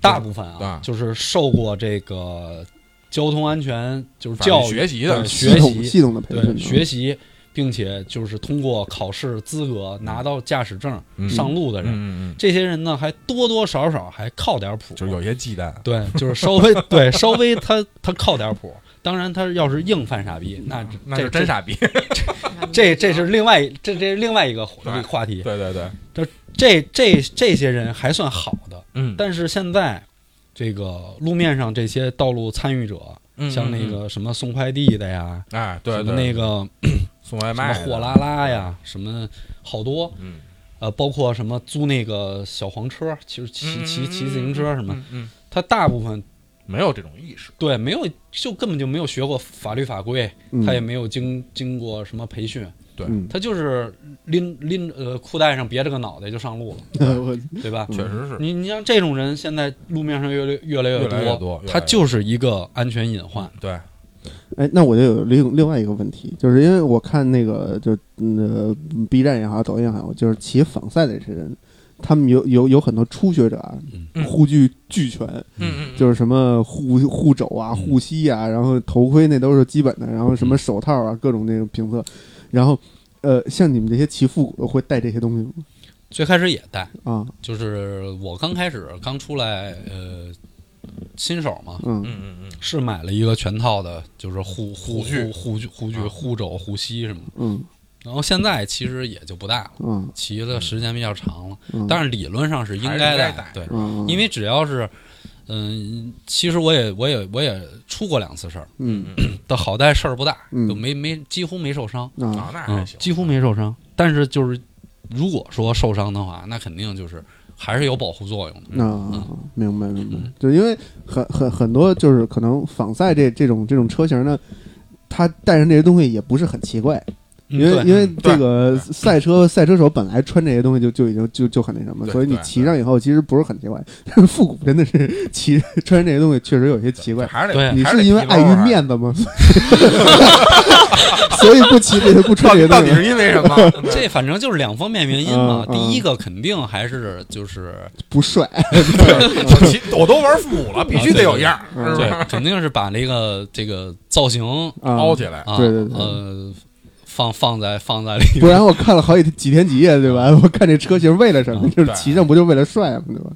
Speaker 4: 大部分啊，
Speaker 3: 对
Speaker 4: 就是受过这个交通安全就是
Speaker 3: 反正
Speaker 4: 教育
Speaker 3: 学习的
Speaker 4: 对
Speaker 2: 系
Speaker 4: 学
Speaker 2: 统
Speaker 4: 习
Speaker 2: 系统的培训
Speaker 4: 对
Speaker 2: 的，
Speaker 4: 学习，并且就是通过考试资格拿到驾驶证
Speaker 3: 嗯
Speaker 4: 上路的人。
Speaker 3: 嗯嗯
Speaker 4: 这些人呢，还多多少少还靠点谱，
Speaker 3: 嗯，就是有些忌惮，
Speaker 4: 对，就是稍 微对稍微他他靠点谱。当然，他要是硬犯傻逼，那这
Speaker 3: 嗯那
Speaker 4: 这
Speaker 3: 是真傻逼，
Speaker 4: 这这是另外这这是另外一个
Speaker 3: 对
Speaker 4: 话题。
Speaker 3: 对对对，
Speaker 4: 这这这些人还算好的，
Speaker 3: 嗯，
Speaker 4: 但是现在这个路面上这些道路参与者，
Speaker 3: 嗯
Speaker 4: 像那，
Speaker 3: 嗯
Speaker 4: 个什么送快递的呀，
Speaker 3: 嗯哎，对
Speaker 4: 什
Speaker 3: 对，
Speaker 4: 么那个
Speaker 3: 送外
Speaker 4: 什么
Speaker 3: 卖的
Speaker 4: 货拉，拉呀，什么好多
Speaker 3: 嗯，
Speaker 4: 呃，包括什么租那个小黄车，其实骑骑骑自行车什么，
Speaker 3: 嗯，嗯，嗯
Speaker 4: 他大部分
Speaker 3: 没有这种意识，
Speaker 4: 对没有就根本就没有学过法律法规，
Speaker 2: 嗯
Speaker 4: 他也没有经经过什么培训，
Speaker 2: 嗯，
Speaker 4: 他就是拎拎呃裤带上别着个脑袋就上路了，
Speaker 2: 我
Speaker 3: 嗯
Speaker 4: 对吧？
Speaker 3: 确实是
Speaker 4: 你你像这种人，现在路面上越来越来
Speaker 3: 越
Speaker 4: 越
Speaker 3: 来越多，越
Speaker 4: 他
Speaker 3: 来越
Speaker 4: 就是一个安全隐患。
Speaker 3: 对，
Speaker 2: 哎，那我就有另另外一个问题，就是因为我看那个就嗯呃 B 站也好，抖音也好，就是骑仿赛的这些人，他们有有有很多初学者啊，
Speaker 3: 嗯
Speaker 2: 护具俱全，
Speaker 3: 嗯嗯，
Speaker 2: 就是什么护护肘
Speaker 4: 嗯
Speaker 2: 啊、护膝啊，然后头盔那都是基本的，然后什么手套啊，各种那种评测，然后呃，像你们这些骑复古的会带这些东西吗？
Speaker 4: 最开始也带，
Speaker 2: 啊，
Speaker 4: 就是我刚开始刚出来，呃，新手嘛，
Speaker 2: 嗯
Speaker 3: 嗯嗯嗯，
Speaker 4: 是买了一个全套的，就是护护
Speaker 3: 护具
Speaker 4: 护护具护具
Speaker 3: 啊
Speaker 4: 护肘、护膝什么的。
Speaker 2: 嗯
Speaker 4: 然后现在其实也就不带了，
Speaker 2: 嗯
Speaker 4: 骑的时间比较长了，
Speaker 2: 嗯，
Speaker 4: 但是理论上是应
Speaker 3: 还
Speaker 4: 该
Speaker 3: 是应该
Speaker 4: 带
Speaker 3: 带，
Speaker 4: 对，
Speaker 2: 嗯，嗯
Speaker 4: 因为只要是。嗯，其实我也我也我也出过两次事儿，
Speaker 2: 嗯
Speaker 4: 但好在事儿不大，
Speaker 2: 嗯
Speaker 4: 就没没几乎没受伤。
Speaker 2: 啊
Speaker 3: 啊，那还
Speaker 4: 嗯，
Speaker 3: 行，
Speaker 4: 几乎没受伤。但是就是，如果说受伤的话，那肯定就是还是有保护作用的。
Speaker 2: 那、
Speaker 4: 嗯
Speaker 2: 明白明白
Speaker 4: 嗯，
Speaker 2: 就因为很很很多就是可能仿赛这这种这种车型呢，它带上这些东西也不是很奇怪，
Speaker 4: 嗯
Speaker 2: 因为
Speaker 4: 对
Speaker 2: 因为
Speaker 3: 嗯对
Speaker 2: 这个赛车赛车手本来穿这些东西就就已经就就很那什么，
Speaker 3: 对
Speaker 2: 所以你
Speaker 3: 对
Speaker 2: 骑上以后其实不是很奇怪。 但是复古真的是 骑穿上这些东西确实有些奇怪。
Speaker 3: 还是
Speaker 4: 对
Speaker 3: 得，
Speaker 2: 你
Speaker 3: 还是
Speaker 2: 是因为碍于面
Speaker 3: 子，
Speaker 2: 子吗？ 所以不骑这些不穿
Speaker 3: 到
Speaker 2: 这些东
Speaker 3: 底到底
Speaker 2: 西，
Speaker 3: 是因为什么？
Speaker 4: 这反正就是两方面原因嘛。
Speaker 2: 嗯嗯
Speaker 4: 第一个肯定还是 就是，
Speaker 2: 不帅。
Speaker 3: 我骑我都玩复古了，必须得有样儿，
Speaker 2: 嗯
Speaker 3: 是吧？
Speaker 4: 对，肯定是把那个这个造型
Speaker 2: 啊
Speaker 3: 凹起来，
Speaker 4: 啊，
Speaker 2: 对对对
Speaker 4: 呃，放放在放在里
Speaker 2: 不然我看了好几几天几夜，对吧？我看这车型为了什么？就是
Speaker 3: 嗯对
Speaker 2: 骑上不就为了帅吗？对吧？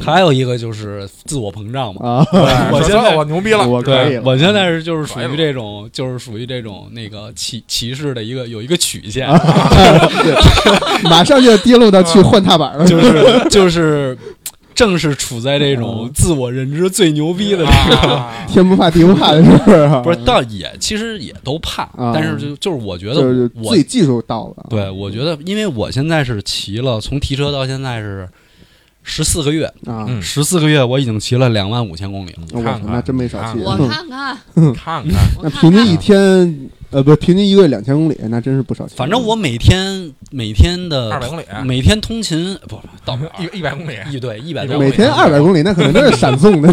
Speaker 4: 还有一个就是自我膨胀嘛。
Speaker 2: 啊，
Speaker 3: 对
Speaker 4: 我
Speaker 3: 说
Speaker 4: 现在
Speaker 3: 算我牛逼了，
Speaker 2: 我
Speaker 3: 是吧
Speaker 2: 可以 了
Speaker 4: 我现在是就是属
Speaker 3: 拽
Speaker 4: 于
Speaker 3: 了
Speaker 4: 这种，就是属于这种那个骑骑士的一个有一个曲线，
Speaker 2: 啊对马上就要跌落到去换踏板了。
Speaker 4: 就是就是正是处在这
Speaker 2: 啊
Speaker 4: 种自我认知最牛逼的这个，
Speaker 3: 啊
Speaker 2: 天不怕地不怕的，是不是啊？
Speaker 4: 不是，倒也其实也都怕，
Speaker 2: 啊
Speaker 4: 但是就就是我觉得
Speaker 2: 就是
Speaker 4: 我
Speaker 2: 自己技术到了。啊
Speaker 4: 对我觉得，因为我现在是骑了，从提车到现在是十四个月，
Speaker 2: 啊，
Speaker 3: 嗯
Speaker 4: 十四个月我已经骑了两万五千公里了。
Speaker 2: 我
Speaker 3: 看
Speaker 2: 操，那
Speaker 3: 看
Speaker 2: 真没少骑。
Speaker 1: 我
Speaker 2: 嗯
Speaker 1: 看看，
Speaker 3: 看看，
Speaker 1: 我
Speaker 2: 那
Speaker 1: 看
Speaker 2: 平均
Speaker 1: 看
Speaker 2: 一天，呃，不，平均一个月两千公里，那真是不少骑。
Speaker 4: 反正我每天每天
Speaker 3: 二
Speaker 4: 的
Speaker 3: 百公里，啊
Speaker 4: 每天通勤不不到不了
Speaker 3: 一一百公里，啊
Speaker 4: 一对一百
Speaker 3: 一
Speaker 4: 多
Speaker 2: 每
Speaker 4: 公里啊
Speaker 2: 天二百公里，那可能都是闪送 的。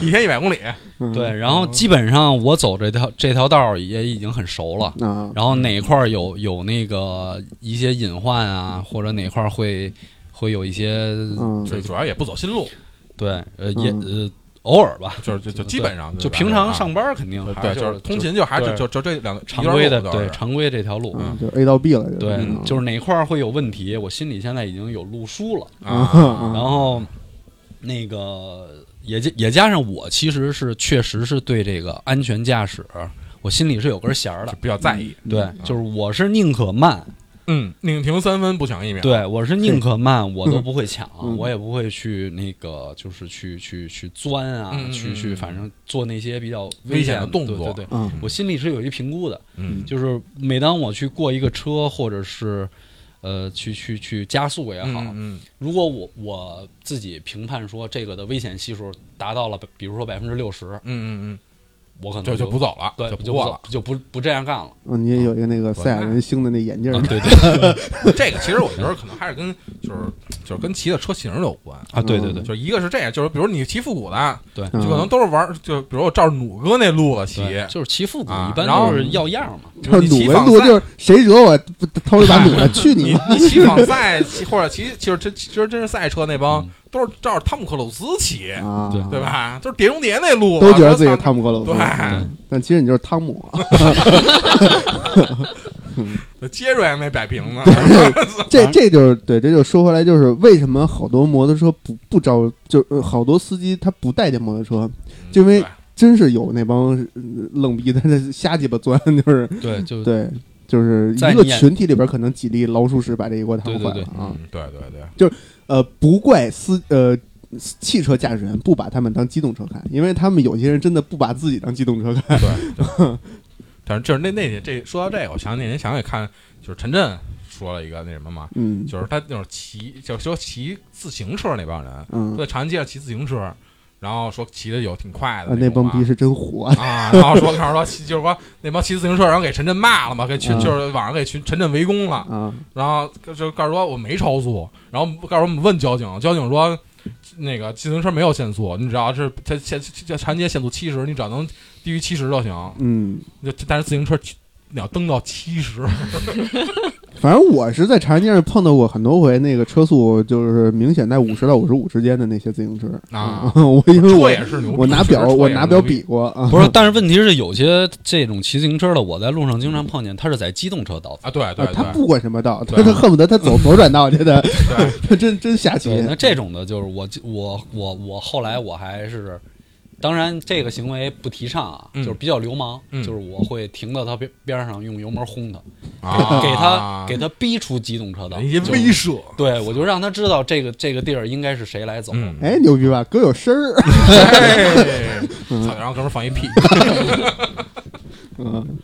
Speaker 3: 一天一百公里，
Speaker 2: 嗯
Speaker 4: 对，然后基本上我走这条这条道儿也已经很熟了。
Speaker 2: 啊，
Speaker 4: 然后哪块儿有有那个一些隐患啊，或者哪块儿会会有一些
Speaker 2: 嗯
Speaker 3: 这主要也不走新路，
Speaker 4: 对呃也
Speaker 2: 嗯
Speaker 4: 呃偶尔吧，
Speaker 3: 就是就就基本上
Speaker 4: 就是平常上
Speaker 3: 啊
Speaker 4: 班儿肯定还
Speaker 3: 对，
Speaker 4: 是
Speaker 3: 就是通勤就还是
Speaker 4: 对
Speaker 3: 就就这两
Speaker 4: 常规的
Speaker 3: 一段路
Speaker 4: 对
Speaker 3: 都是
Speaker 4: 常规这条路，
Speaker 2: 嗯就 A 到 B 了，就
Speaker 4: 对
Speaker 2: 嗯，
Speaker 4: 就是哪块儿会有问题，我心里现在已经有路书了。
Speaker 3: 啊，
Speaker 4: 嗯
Speaker 2: 嗯
Speaker 4: 然后那个也加也加上我其实是确实是对这个安全驾驶，我心里是有根弦儿
Speaker 3: 就
Speaker 4: 的。
Speaker 3: 比较在意，
Speaker 4: 对，就是我是宁可慢，
Speaker 3: 嗯，拧停三分不抢一秒，
Speaker 4: 对，我是宁 可慢，我都不会抢，
Speaker 2: 嗯
Speaker 4: 我也不会去那个，就是去去去钻啊，
Speaker 3: 嗯嗯
Speaker 4: 去
Speaker 3: 嗯
Speaker 4: 去，反正做那些比较
Speaker 3: 危
Speaker 4: 险
Speaker 3: 险的动作
Speaker 4: 对对对，
Speaker 2: 嗯
Speaker 4: 我心里是有一评估的，
Speaker 3: 嗯，
Speaker 4: 就是每当我去过一个车，或者是呃，去去去加速也
Speaker 3: 嗯
Speaker 4: 好，
Speaker 3: 嗯
Speaker 4: 如果我我自己评判说这个的危险系数达到了，比如说百分之六十，
Speaker 3: 嗯嗯嗯
Speaker 4: 我可能
Speaker 3: 就就不走了，
Speaker 4: 对
Speaker 3: 就
Speaker 4: 就
Speaker 3: 过
Speaker 4: 走
Speaker 3: 了。
Speaker 4: 就不不这样干了。
Speaker 2: 嗯，你也有一个那个赛亚人星的那眼镜儿
Speaker 4: 啊，对对
Speaker 3: 这个其实我觉得可能还是跟就是就是跟骑的车型有关。
Speaker 4: 啊，对对对
Speaker 3: 就是一个是这样，就是比如你骑复古的，
Speaker 4: 对，
Speaker 3: 就
Speaker 2: 嗯
Speaker 3: 可能都是玩儿，就比如我照着弩哥那路子骑，
Speaker 4: 对就是骑复古
Speaker 3: 啊
Speaker 4: 一般
Speaker 3: 然后
Speaker 4: 都是要样嘛，
Speaker 3: 就
Speaker 2: 就是
Speaker 3: 你骑
Speaker 2: 弩
Speaker 3: 仿
Speaker 2: 文毒，
Speaker 3: 赛
Speaker 2: 就是谁惹我不偷一把弩来， 去你
Speaker 3: 你
Speaker 2: 妈！
Speaker 3: 你骑仿赛骑或者骑就是真其实真是赛车那帮
Speaker 4: 嗯
Speaker 3: 都是照着汤姆克鲁斯骑，
Speaker 2: 啊，
Speaker 4: 对
Speaker 3: 对？吧？就是《碟中谍》那路啊，
Speaker 2: 都觉得自己
Speaker 3: 我
Speaker 2: 是
Speaker 3: 操
Speaker 2: 汤姆克鲁斯，嗯
Speaker 3: 对
Speaker 2: 但其实你就是汤姆。啊
Speaker 3: 杰瑞还没摆平呢，
Speaker 2: 这这就是对，这就说回来，就是为什么好多摩托车不不招，就呃好多司机他不待见摩托车，就因为啊
Speaker 3: 对
Speaker 2: 真是有那帮呃愣逼在那瞎鸡巴钻，就是
Speaker 4: 对，就
Speaker 2: 对，就是
Speaker 4: 在
Speaker 2: 一
Speaker 4: 你
Speaker 2: 个
Speaker 4: 眼
Speaker 2: 群体里边可能几粒老鼠屎把这一锅汤
Speaker 4: 对
Speaker 2: 坏
Speaker 4: 对
Speaker 2: 了啊。
Speaker 3: 嗯对对对，
Speaker 2: 呃，不怪司呃汽车驾驶员不把他们当机动车看，因为他们有些人真的不把自己当机动车看。
Speaker 3: 但是就是那那这说到这个，我想起您想起看，就是陈震说了一个那什么嘛，
Speaker 2: 嗯
Speaker 3: 就是他那种骑，就说骑自行车那帮人，
Speaker 2: 嗯，
Speaker 3: 在长安街上骑自行车，然后说骑的有挺快
Speaker 2: 啊
Speaker 3: 的
Speaker 2: 那
Speaker 3: 种
Speaker 2: 帮
Speaker 3: 嘛
Speaker 2: 逼是真 虎啊！
Speaker 3: 啊，然后说，然后说骑，就是说那帮骑自行车，然后给陈震 骂了嘛，给群
Speaker 2: 嗯
Speaker 3: 就是网上给群陈震围攻了，
Speaker 2: 啊，
Speaker 3: 然后就告诉说我没超速，然后告诉我们问交警，交警说那个自行车没有限速，你只要是它限这长街限速七十，你只要能低于七十就行。
Speaker 2: 嗯，
Speaker 3: 就但是自行车你要蹬到七十，
Speaker 2: 反正我是在长安街上碰到过很多回，那个车速就是明显在五十到五十五之间的那些自行车
Speaker 3: 啊
Speaker 2: 我因为
Speaker 3: 车
Speaker 2: 我
Speaker 3: 也是牛逼，
Speaker 2: 我拿表
Speaker 3: 确实
Speaker 2: 我
Speaker 3: 车也是
Speaker 2: 拿
Speaker 3: 牛
Speaker 2: 表
Speaker 3: 逼
Speaker 2: 比过啊，
Speaker 4: 不是，但是问题是，有些这种骑自行车的，我在路上经常碰见，他是在机动车道走。
Speaker 3: 啊，对对
Speaker 2: 他
Speaker 3: 对
Speaker 2: 不管什么道，他
Speaker 3: 对
Speaker 2: 他恨不得他走左转道去的，
Speaker 3: 对，
Speaker 2: 他 真真下棋
Speaker 4: 对，那这种的，就是我我我我后来我还是，当然这个行为不提倡啊，
Speaker 3: 嗯
Speaker 4: 就是比较流氓，
Speaker 3: 嗯
Speaker 4: 就是我会停到他边边上，用油门轰他，
Speaker 3: 啊
Speaker 4: 给他给他逼出机动车道，
Speaker 3: 一些
Speaker 4: 就
Speaker 3: 威慑，
Speaker 4: 对，我就让他知道这个这个地儿应该是谁来走。
Speaker 3: 嗯，
Speaker 2: 哎，牛逼吧？哥有声儿，
Speaker 3: 哎，操，然后哥们儿放一屁，
Speaker 2: 嗯，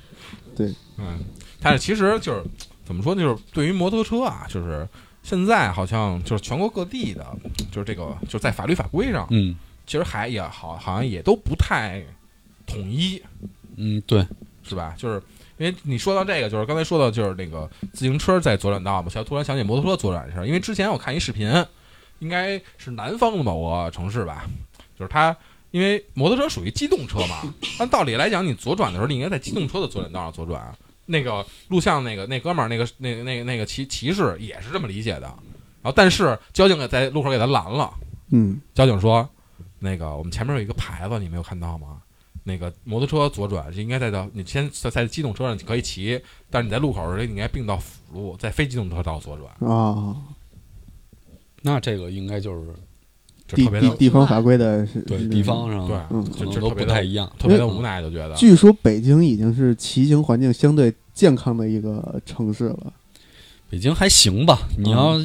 Speaker 3: 嗯，但是其实就是怎么说呢，就是对于摩托车啊，就是现在好像就是全国各地的，就是这个就是在法律法规上，
Speaker 4: 嗯
Speaker 3: 其实还也好，好像也都不太统一，
Speaker 4: 嗯，对，
Speaker 3: 是吧？就是因为你说到这个，就是刚才说到就是那个自行车在左转道嘛，现在突然想起摩托车左转的事儿，因为之前我看一视频，应该是南方的某个城市吧，就是它。因为摩托车属于机动车嘛，按道理来讲，你左转的时候，你应该在机动车的左转道上左转。那个录像那个那哥们儿，那个那个那个那个骑骑士也是这么理解的。然后，但是交警给在路口给他拦了，
Speaker 2: 嗯
Speaker 3: 交警说：“那个，我们前面有一个牌子，你没有看到吗？那个摩托车左转是应该在到你先在在机动车上你可以骑，但是你在路口儿你应该并到辅路，在非机动车道左转，
Speaker 2: 啊，
Speaker 4: 那这个应该就是
Speaker 3: 就
Speaker 2: 地
Speaker 3: 特别的
Speaker 2: 地地方法规的是
Speaker 4: 对
Speaker 2: 嗯
Speaker 4: 地方上
Speaker 3: 对，
Speaker 2: 嗯
Speaker 4: 可
Speaker 3: 就
Speaker 4: 能
Speaker 3: 就
Speaker 4: 都
Speaker 3: 特
Speaker 4: 不
Speaker 3: 别
Speaker 4: 太
Speaker 3: 的
Speaker 4: 一样。
Speaker 3: 特别的无奈，就觉得
Speaker 2: 据说北京已经是骑行环境相对健康的一个城市了。
Speaker 4: 北京还行吧，你要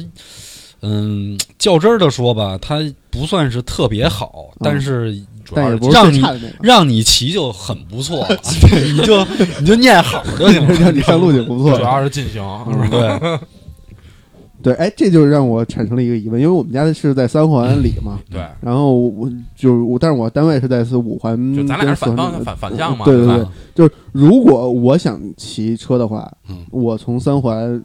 Speaker 4: 嗯较真儿的说吧，它不算是特别好，但是
Speaker 3: 主
Speaker 2: 但
Speaker 3: 要
Speaker 2: 也
Speaker 3: 是
Speaker 2: 不是
Speaker 4: 让
Speaker 2: 最
Speaker 4: 你
Speaker 2: 差的那个，
Speaker 4: 让你骑就很不错了，你就你就念好就行 了。
Speaker 2: 让你上路就不错
Speaker 3: 主
Speaker 2: 了。嗯
Speaker 3: 要是进行，
Speaker 4: 对，啊
Speaker 2: 对，哎，这就让我产生了一个疑问，因为我们家是在三
Speaker 3: 嗯
Speaker 2: 环里嘛，
Speaker 3: 对，
Speaker 2: 然后我就是我，但是我单位是在是五环
Speaker 3: 就
Speaker 2: 跟四环里，
Speaker 3: 咱俩是反方反反向嘛，
Speaker 2: 嗯对对
Speaker 3: 吧？
Speaker 2: 对，就是如果我想骑车的话，
Speaker 4: 嗯
Speaker 2: 我从三环。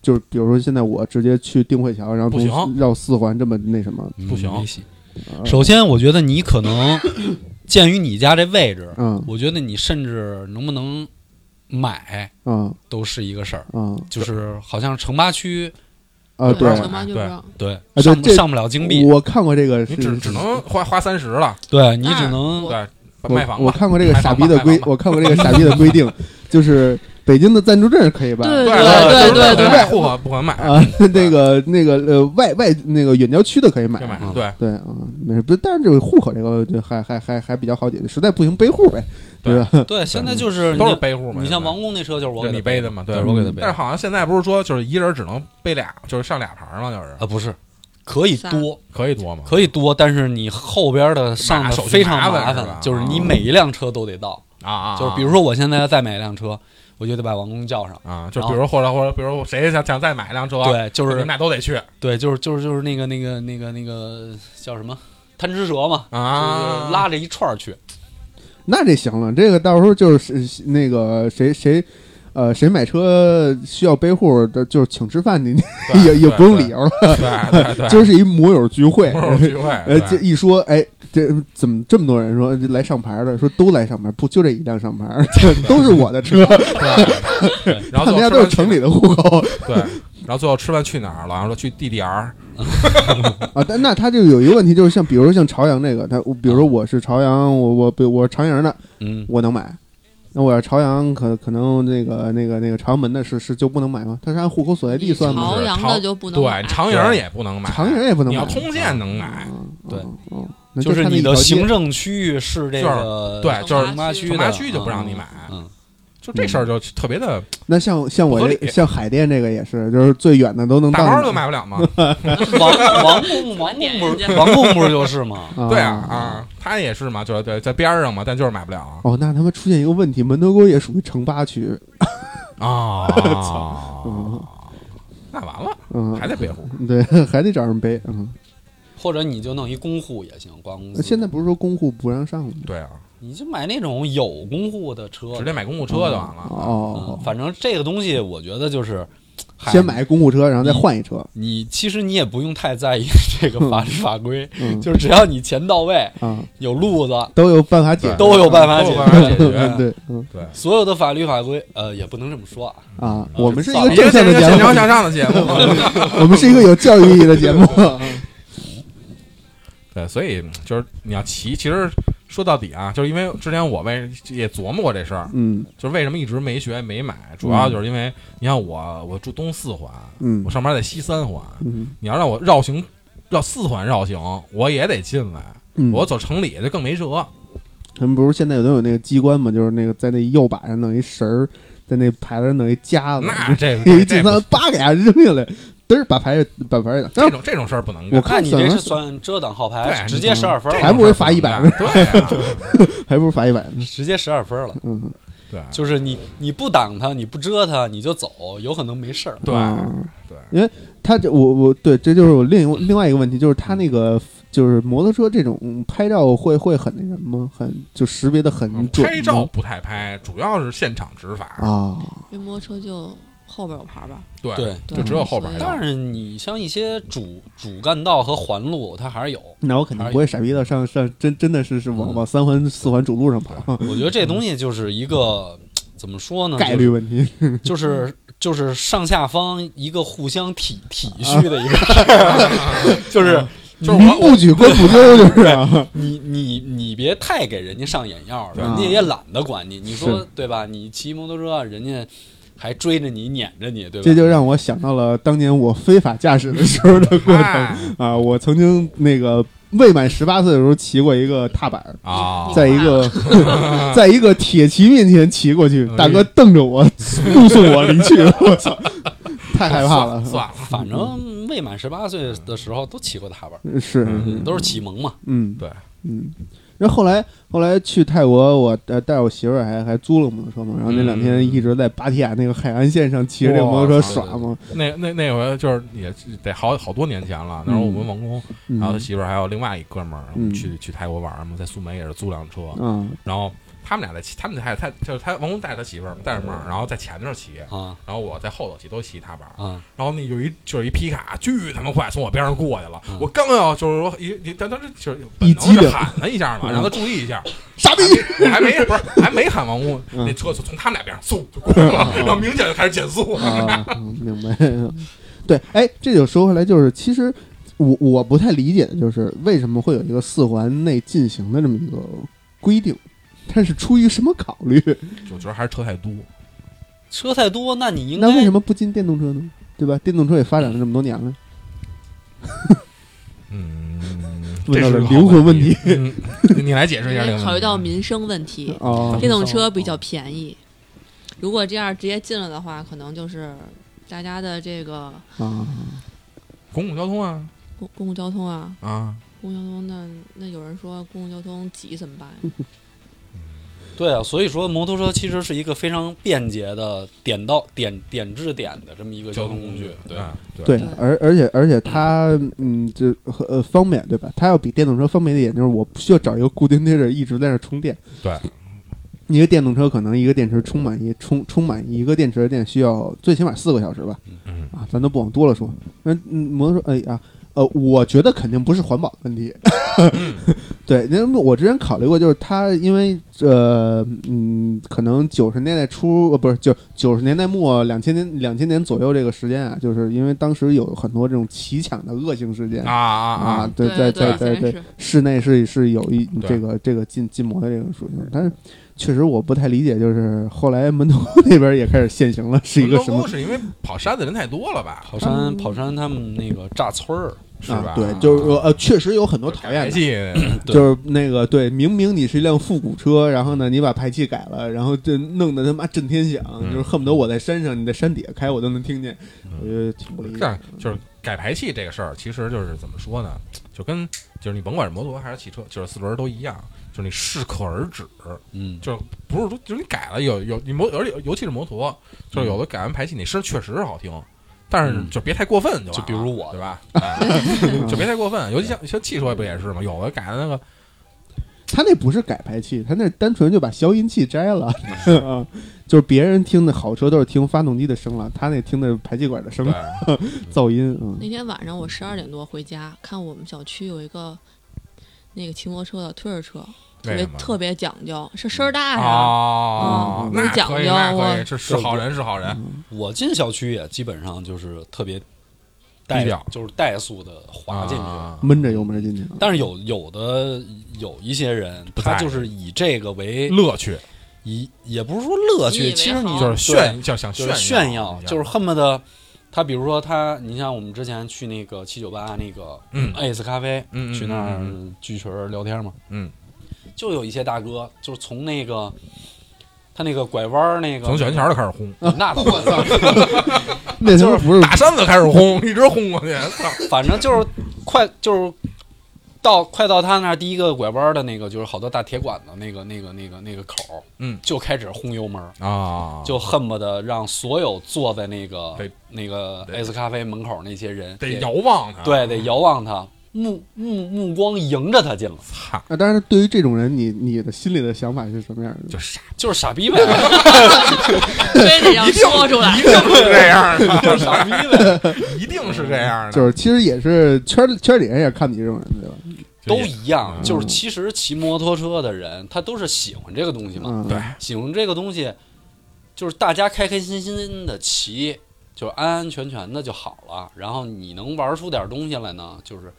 Speaker 2: 就是比如说，现在我直接去定慧桥，然后
Speaker 3: 不
Speaker 2: 从
Speaker 3: 行
Speaker 2: 绕四环这么那什么，
Speaker 4: 嗯
Speaker 3: 不行
Speaker 4: 没戏
Speaker 2: 啊
Speaker 4: 首先，我觉得你可能鉴于你家这位置，
Speaker 2: 嗯
Speaker 4: 我觉得你甚至能不能买
Speaker 2: 嗯
Speaker 4: 都是一个事儿，
Speaker 2: 嗯
Speaker 4: 就是好像城八区
Speaker 2: 啊，
Speaker 3: 对
Speaker 2: 对，
Speaker 1: 城八就不让。
Speaker 4: 对
Speaker 2: 对
Speaker 4: 上不
Speaker 2: 这
Speaker 4: 上不了金币，
Speaker 2: 我看过这个是，
Speaker 3: 你只只能花花三十了，
Speaker 4: 对你只
Speaker 1: 那
Speaker 4: 能
Speaker 1: 我
Speaker 3: 对，
Speaker 2: 我
Speaker 3: 卖房
Speaker 2: 我
Speaker 3: 吧，
Speaker 2: 看过这个傻逼的规
Speaker 3: 卖房吧卖
Speaker 2: 我
Speaker 3: 房，吧
Speaker 2: 看过这个傻逼的规定，就是北京的暂住证是可以办
Speaker 1: 对
Speaker 2: 的
Speaker 1: 对
Speaker 3: 对
Speaker 1: 对
Speaker 3: 对
Speaker 1: 对
Speaker 3: 对，户口不管买，
Speaker 2: 啊， 那个那个呃外外那个远郊区的可以买
Speaker 3: 就。买
Speaker 4: 嗯，
Speaker 3: 对，
Speaker 2: 对啊，没事，不是，但是这个户口这个就还还还还比较好解决，实在不行背户呗，
Speaker 3: 对
Speaker 2: 对吧？
Speaker 4: 对，现在就是你
Speaker 3: 都是背户嘛。
Speaker 4: 你
Speaker 3: 现在
Speaker 4: 像王工那车就是我
Speaker 3: 对
Speaker 4: 给
Speaker 3: 你
Speaker 4: 他
Speaker 3: 背
Speaker 4: 的
Speaker 3: 的嘛，对嗯
Speaker 4: 对，我给他背
Speaker 3: 但是
Speaker 4: 的
Speaker 3: 好像现在不是说就是一人只能背俩，就是上俩牌儿嘛，就是
Speaker 4: 啊，不是可以多
Speaker 3: 可以多吗？
Speaker 4: 可以多，但是你后边的上
Speaker 3: 拿
Speaker 4: 的
Speaker 3: 手续
Speaker 4: 非常
Speaker 3: 麻烦
Speaker 4: 麻
Speaker 3: 是吧
Speaker 4: 烦，就是你每一辆车都得到，
Speaker 3: 啊啊，
Speaker 4: 就是比如说我现在要再买一辆车，我就得把王工叫上。
Speaker 3: 啊，就比
Speaker 2: 哦
Speaker 3: 如说或者或者比如谁想想再买一辆车，，
Speaker 4: 对，就
Speaker 3: 你
Speaker 4: 是
Speaker 3: 们俩都得去
Speaker 4: 对，就是就是就是那个那个那个那个叫什么贪吃蛇嘛，就是
Speaker 3: 啊，
Speaker 4: 拉着一串儿去。
Speaker 2: 那这行了，这个到时候就是那个谁谁。呃，谁买车需要背户的，就是请吃饭的，
Speaker 3: 对
Speaker 2: 也也不用理由啊了，
Speaker 3: 对 对对对，
Speaker 2: 今儿是一摩友聚会。
Speaker 3: 不是聚会，
Speaker 2: 呃，这
Speaker 3: 对
Speaker 2: 一说，哎，这怎么这么多人说来上牌的？说都来上牌，不就这一辆上牌， 都是我的车，
Speaker 3: 对然
Speaker 2: 他
Speaker 3: 后
Speaker 2: 们
Speaker 3: 最
Speaker 2: 家
Speaker 3: 后
Speaker 2: 都是
Speaker 3: 吃
Speaker 2: 城
Speaker 3: 饭去
Speaker 2: 里的户口
Speaker 3: 对，然后最后吃饭去哪儿了？然后说去 DDR，
Speaker 2: 啊。但那他就有一个问题，就是像比如说像朝阳这个，他我比如说
Speaker 3: 啊
Speaker 2: 我是朝阳，我我比如我是长阳的，
Speaker 4: 嗯，
Speaker 2: 我能买。那我要朝阳可可能那个那个那个朝阳门的是是就不能买吗？他是按户口所在地算吗？
Speaker 1: 朝阳的就不能买
Speaker 3: 对，长营也不能买，
Speaker 2: 长阳也不能
Speaker 3: 你
Speaker 2: 买
Speaker 3: 要。通县能买，
Speaker 2: 嗯
Speaker 4: 对，
Speaker 2: 嗯嗯那
Speaker 4: 就是
Speaker 2: 差那
Speaker 4: 你
Speaker 2: 一条
Speaker 4: 的
Speaker 2: 街
Speaker 4: 行政区域是这
Speaker 3: 就是
Speaker 4: 个
Speaker 3: 对，就是
Speaker 1: 从
Speaker 4: 妈
Speaker 1: 区
Speaker 4: 区
Speaker 3: 从
Speaker 4: 的
Speaker 3: 麻区就不让你买，
Speaker 4: 嗯，
Speaker 3: 就这事儿就特别的，
Speaker 2: 那像像我
Speaker 3: 不合
Speaker 2: 这
Speaker 3: 理
Speaker 2: 像海淀这个也是，就是最远的都能
Speaker 3: 大
Speaker 2: 到
Speaker 3: 包都买不了嘛，
Speaker 2: 嗯
Speaker 4: 王王公王公不是王公不是就是吗？
Speaker 2: 啊
Speaker 3: 对啊啊，他也是嘛，就是对在边儿上嘛，但就是买不了啊
Speaker 2: 哦，那他们出现一个问题，门头沟也属于城八区，
Speaker 3: 啊
Speaker 2: 嗯，
Speaker 3: 那完了，
Speaker 2: 嗯
Speaker 3: 还，得背户，
Speaker 2: 对，还得找人背，嗯。
Speaker 4: 或者你就弄一公户也行，挂公司。
Speaker 2: 现在不是说公户不让上了吗？
Speaker 3: 对啊，
Speaker 4: 你就买那种有公户的车，
Speaker 3: 直接买公务车就完了，
Speaker 4: 嗯
Speaker 2: 哦，，
Speaker 4: 反正这个东西我觉得就是，
Speaker 3: 啊
Speaker 4: 嗨
Speaker 2: 先买公户车，
Speaker 3: 嗯
Speaker 2: 然后再换一车，
Speaker 4: 你，其实你也不用太在意 这个法律法规，
Speaker 2: 嗯
Speaker 4: 就是只要你钱到位，
Speaker 2: 啊，
Speaker 4: 有路子，
Speaker 2: 都有办法解决，
Speaker 3: 对
Speaker 4: 都有办法
Speaker 3: 都
Speaker 4: 解
Speaker 3: 有办法
Speaker 4: 决。
Speaker 3: 解
Speaker 2: 嗯
Speaker 3: 决，
Speaker 2: 对，嗯
Speaker 3: 对。
Speaker 4: 所有的法律法规，呃，也不能这么说啊。
Speaker 2: 啊，我们是一
Speaker 4: 我
Speaker 2: 个
Speaker 3: 一
Speaker 2: 正
Speaker 3: 个
Speaker 2: 向的节
Speaker 3: 健
Speaker 2: 目
Speaker 3: 康，向上的节目，
Speaker 2: 我们是一个有教育意义的 节目。
Speaker 3: 对，所以就是你要骑，其实说到底啊，就是因为之前我为也琢磨过这事儿，
Speaker 2: 嗯
Speaker 3: 就是为什么一直没学没买，主要就是因为你看我我住东四环，
Speaker 2: 嗯
Speaker 3: 我上班在西三环，
Speaker 2: 嗯
Speaker 3: 你要让我绕行绕四环绕行，我也得进来，
Speaker 2: 嗯，
Speaker 3: 我走城里就更没辙。
Speaker 2: 他们不是现在有都有那个机关嘛，就是那个在那右把上弄一绳儿，在那牌子上弄一夹子，
Speaker 3: 那 这
Speaker 2: 嗯一
Speaker 3: 这
Speaker 2: 进
Speaker 3: 这
Speaker 2: 仓叭给它扔下来，嘚儿把牌把牌打，
Speaker 3: 这种这种事儿不能
Speaker 2: 我
Speaker 3: 干，
Speaker 2: 看
Speaker 4: 看你这
Speaker 2: 怎么
Speaker 4: 是算遮挡号牌，
Speaker 3: 对
Speaker 4: 直接十二分
Speaker 3: 这种
Speaker 2: 还
Speaker 4: 了，
Speaker 2: 不如
Speaker 3: 事儿
Speaker 2: 罚
Speaker 3: 能
Speaker 2: 100
Speaker 3: 干 对啊
Speaker 2: 哎还不如罚一百呢。
Speaker 4: 直接十二分了。
Speaker 2: 嗯，
Speaker 3: 对
Speaker 4: 就是你你不挡他，你不遮他，你就走，有可能没事儿。
Speaker 3: 对
Speaker 2: 嗯
Speaker 3: 对
Speaker 2: 因为他这我我对，这就是我另一另外一个问题，就是他那
Speaker 3: 嗯
Speaker 2: 个就是摩托车这种拍照会会很那什么吗，很就识别的很准吗
Speaker 3: 嗯拍照不太拍，主要是现场执法，
Speaker 2: 啊，
Speaker 1: 这摩托车就后边有牌儿吧？
Speaker 3: 对
Speaker 4: 对
Speaker 3: 就只有后边儿
Speaker 1: 对
Speaker 4: 但是你像一些主主干道和环路，它还是有。
Speaker 2: 那我肯定不会傻逼的上上真真的是是往
Speaker 4: 嗯
Speaker 2: 往三环四环主路上跑，
Speaker 4: 我觉得这东西就是一个怎么 说呢？
Speaker 2: 概率问题。
Speaker 4: 就是就是上下方一个互相体体恤的一个
Speaker 2: 啊
Speaker 4: 事儿，就是
Speaker 3: 嗯就 是
Speaker 2: 民
Speaker 3: 我
Speaker 2: 不举官不究， 就是啊，
Speaker 4: 你你你别太给人家上眼药了，
Speaker 2: 对
Speaker 4: 人家也懒得管你。你说
Speaker 2: 啊是
Speaker 4: 对吧？你骑摩托车，啊人家还追着你撵着你，对吧？
Speaker 2: 这就让我想到了当年我非法驾驶的时候的过程
Speaker 3: 哎
Speaker 2: 啊！我曾经那个未满十八岁的时候骑过一个踏板儿，
Speaker 3: 啊，
Speaker 2: 在一个在一个铁骑面前骑过去，大哥瞪着我，目送我离去，我操，太害怕了。
Speaker 3: 算了，
Speaker 4: 反正未满十八岁的时候都骑过踏板，
Speaker 2: 是，
Speaker 3: 嗯
Speaker 4: 都是启蒙嘛。
Speaker 2: 嗯，
Speaker 3: 对，
Speaker 2: 嗯。然后后来后来去泰国，我呃带我媳妇儿还还租了摩托车嘛，然后那两天一直在芭提雅那个海岸线上骑着这个摩托车耍嘛，
Speaker 3: 那那那回就是也得好好多年前了，那时候我们王工，
Speaker 2: 嗯
Speaker 3: 然后他媳妇儿还有另外一哥们儿，我
Speaker 2: 嗯
Speaker 3: 们去去泰国玩儿嘛，在苏梅也是租辆车，
Speaker 2: 啊
Speaker 3: 然后他们俩在骑，他们还他就是他王工带着他媳妇儿带着妹儿，然后在前头骑，
Speaker 4: 啊
Speaker 3: 然后我在后头骑，都骑踏板儿。
Speaker 4: 啊，
Speaker 3: 然后那有一就是一皮卡，巨他妈快，从我边上过去了
Speaker 4: 嗯。
Speaker 3: 我刚要就是说一，一但当时就是
Speaker 2: 一激灵
Speaker 3: 本能就喊他一下嘛，
Speaker 2: 嗯
Speaker 3: 让他注意一下。
Speaker 2: 傻逼，
Speaker 3: 我还没 不是还没喊王工，
Speaker 2: 嗯
Speaker 3: 那车就从他们俩边上嗖就过去了，然后明显就开始减速了。
Speaker 2: 啊，嗯明白。对，哎，这就说回来，就是其实我我不太理解的就是为什么会有一个四环内进行的这么一个规定，它是出于什么考虑？
Speaker 3: 我觉得还是车太多，
Speaker 4: 车太多，那你应
Speaker 2: 那为
Speaker 4: 该
Speaker 2: 什么不进电动车呢？对吧？电动车也发展了这么多年了，
Speaker 3: 嗯，
Speaker 2: 问
Speaker 3: 这
Speaker 2: 到
Speaker 3: 是
Speaker 2: 了
Speaker 3: 个好
Speaker 2: 灵魂问
Speaker 3: 问
Speaker 2: 题。
Speaker 3: 嗯，你来解释一
Speaker 1: 因
Speaker 3: 下这个
Speaker 1: 为
Speaker 3: 问
Speaker 1: 嗯
Speaker 3: 题。
Speaker 1: 考虑到民生问
Speaker 3: 嗯
Speaker 1: 题，
Speaker 2: 哦
Speaker 1: 电动车比较便宜。如果这样直接进了的话，可能就是大家的这个
Speaker 2: 啊，
Speaker 3: 公共交通啊
Speaker 1: 公公共交通啊，
Speaker 3: 啊，
Speaker 1: 公共交通那那有人说公共交通挤怎么办呀？
Speaker 4: 对啊，所以说摩托车其实是一个非常便捷的点到点点至点的这么一个
Speaker 3: 交
Speaker 4: 通
Speaker 3: 通
Speaker 4: 工
Speaker 3: 工具，
Speaker 4: 对，
Speaker 3: 哎对
Speaker 2: 对
Speaker 1: 对，
Speaker 2: 而而且而且它嗯，就呃方便对吧？它要比电动车方便一点，就是我不需要找一个固定地儿一直在那儿充电。
Speaker 3: 对，
Speaker 2: 一个电动车可能一个电池充满一充充满一个电池的电需要最起码四个小时吧，
Speaker 3: 嗯，
Speaker 2: 啊，咱都不往多了说。那嗯，摩托车哎啊。呃，我觉得肯定不是环保问题，
Speaker 3: 嗯
Speaker 2: 对，因为我之前考虑过，就是它因为呃嗯，可能九十年代初呃不是九九十年代末两千年两千年左右这个时间啊，就是因为当时有很多这种骑抢的恶性事件
Speaker 3: 啊啊
Speaker 2: 啊
Speaker 3: 啊，，
Speaker 2: 对，
Speaker 1: 对
Speaker 2: 在在在
Speaker 1: 对
Speaker 2: 在
Speaker 1: 是
Speaker 2: 室内是是有一
Speaker 3: 对
Speaker 2: 这个这个禁禁摩的这个属性，但是确实我不太理解，就是后来门头沟那边也开始限行了，是一个什么
Speaker 3: 是因为跑山的人太多了吧？
Speaker 4: 跑山
Speaker 1: 嗯
Speaker 4: 跑山他们那个炸村儿，
Speaker 3: 是吧
Speaker 2: 啊？？对，就是说呃，确实有很多
Speaker 3: 我
Speaker 2: 讨厌的。
Speaker 3: 气，
Speaker 4: 对
Speaker 2: 就是那个对，明明你是一辆复古车，然后呢，你把排气改了，然后就弄得他妈震天响，
Speaker 3: 嗯
Speaker 2: 就是恨不得我在山上，你在山底下开，我都能听见，我觉得挺不理解
Speaker 3: 这样就是啊改排气这个事儿，其实就是怎么说呢？就跟就是你甭管是摩托还是汽车，就是四轮儿都一样，就是你适可而止，
Speaker 4: 嗯，
Speaker 3: 就是不是说就是你改了有有你摩，而且尤其是摩托，就是有的改完排气，你声确实是好听。但是
Speaker 4: 嗯
Speaker 3: 就别太过分就完了，
Speaker 4: 就比如我
Speaker 3: 对吧？哎就别太过分，尤其像像汽车不也是吗？有的改的那个
Speaker 2: 他那不是改排气，他那单纯就把消音器摘了， 啊，就是别人听的好车都是听发动机的声了，他那听的排气管的声
Speaker 3: 对，
Speaker 2: 噪音啊。
Speaker 1: 那天晚上我十二点多回家，看我们小区有一个那个骑摩托车的推着车，特
Speaker 3: 为
Speaker 1: 别
Speaker 3: 什么
Speaker 1: 特别讲究，是声儿大
Speaker 2: 啊
Speaker 1: 呀。
Speaker 3: 哦
Speaker 1: 嗯，
Speaker 3: 那
Speaker 1: 有讲
Speaker 3: 可以，
Speaker 1: 究
Speaker 3: 那可
Speaker 1: 我
Speaker 3: 以，是是好人，是好人，
Speaker 4: 我进小区也基本上就是特别带
Speaker 3: 低调
Speaker 4: 就是怠速的滑进去。
Speaker 3: 啊
Speaker 2: 闷着油门进去 啊，
Speaker 4: 但是有有的有一些人，
Speaker 3: 不在
Speaker 4: 他
Speaker 3: 意
Speaker 4: 就是以这个为
Speaker 3: 乐趣
Speaker 4: 以也不是说乐
Speaker 1: 引
Speaker 4: 趣，
Speaker 1: 以为
Speaker 4: 其实你
Speaker 1: 豪
Speaker 3: 嗯就是
Speaker 4: 对
Speaker 3: 炫，就是想
Speaker 4: 就是
Speaker 3: 炫
Speaker 4: 炫耀，就是恨不得他，比如说他，你像我们之前去那个七九八那个
Speaker 3: 嗯
Speaker 4: Ace 咖啡，
Speaker 3: 嗯嗯
Speaker 4: 去那
Speaker 3: 嗯嗯
Speaker 4: 儿聚群儿聊天嘛，
Speaker 3: 嗯，
Speaker 4: 就有一些大哥，就是从那个他那个拐弯儿那个
Speaker 3: 从小桥就开始轰，
Speaker 4: 嗯那倒我操，
Speaker 2: 那他妈
Speaker 4: 嗯
Speaker 2: 不是
Speaker 3: 大山子开始 轰，一直轰过去，操！
Speaker 4: 反正就是快就是到快到他那儿第一个拐弯的那个，就是好多大铁管子那个那个那个那个口儿，
Speaker 3: 嗯
Speaker 4: 就开始轰油门儿，
Speaker 3: 啊，
Speaker 4: 就恨不得让所有坐在那个
Speaker 3: 得
Speaker 4: 那个
Speaker 3: 得
Speaker 4: S 咖啡门口那些人
Speaker 3: 得遥望他，
Speaker 4: 对得遥望他，目目目光迎着他进来，
Speaker 3: 操，
Speaker 2: 啊！但是对于这种人，你你的心里的想法是什么样的？
Speaker 3: 就傻，
Speaker 4: 就是傻逼呗，
Speaker 1: 非得要说出来
Speaker 3: 一，定是这样的，
Speaker 4: 就是傻逼呗，
Speaker 3: 一定是这样的，
Speaker 2: 就是其实也是圈圈里人也看你这种人，对吧？
Speaker 4: 都一样。
Speaker 3: 嗯
Speaker 4: 就是其实骑摩托车的人，他都是喜欢这个东西嘛，
Speaker 2: 嗯，
Speaker 3: 对，
Speaker 4: 喜欢这个东西，就是大家开开心心的骑，就是安安全全的就好了。然后你能玩出点东西来呢，就是，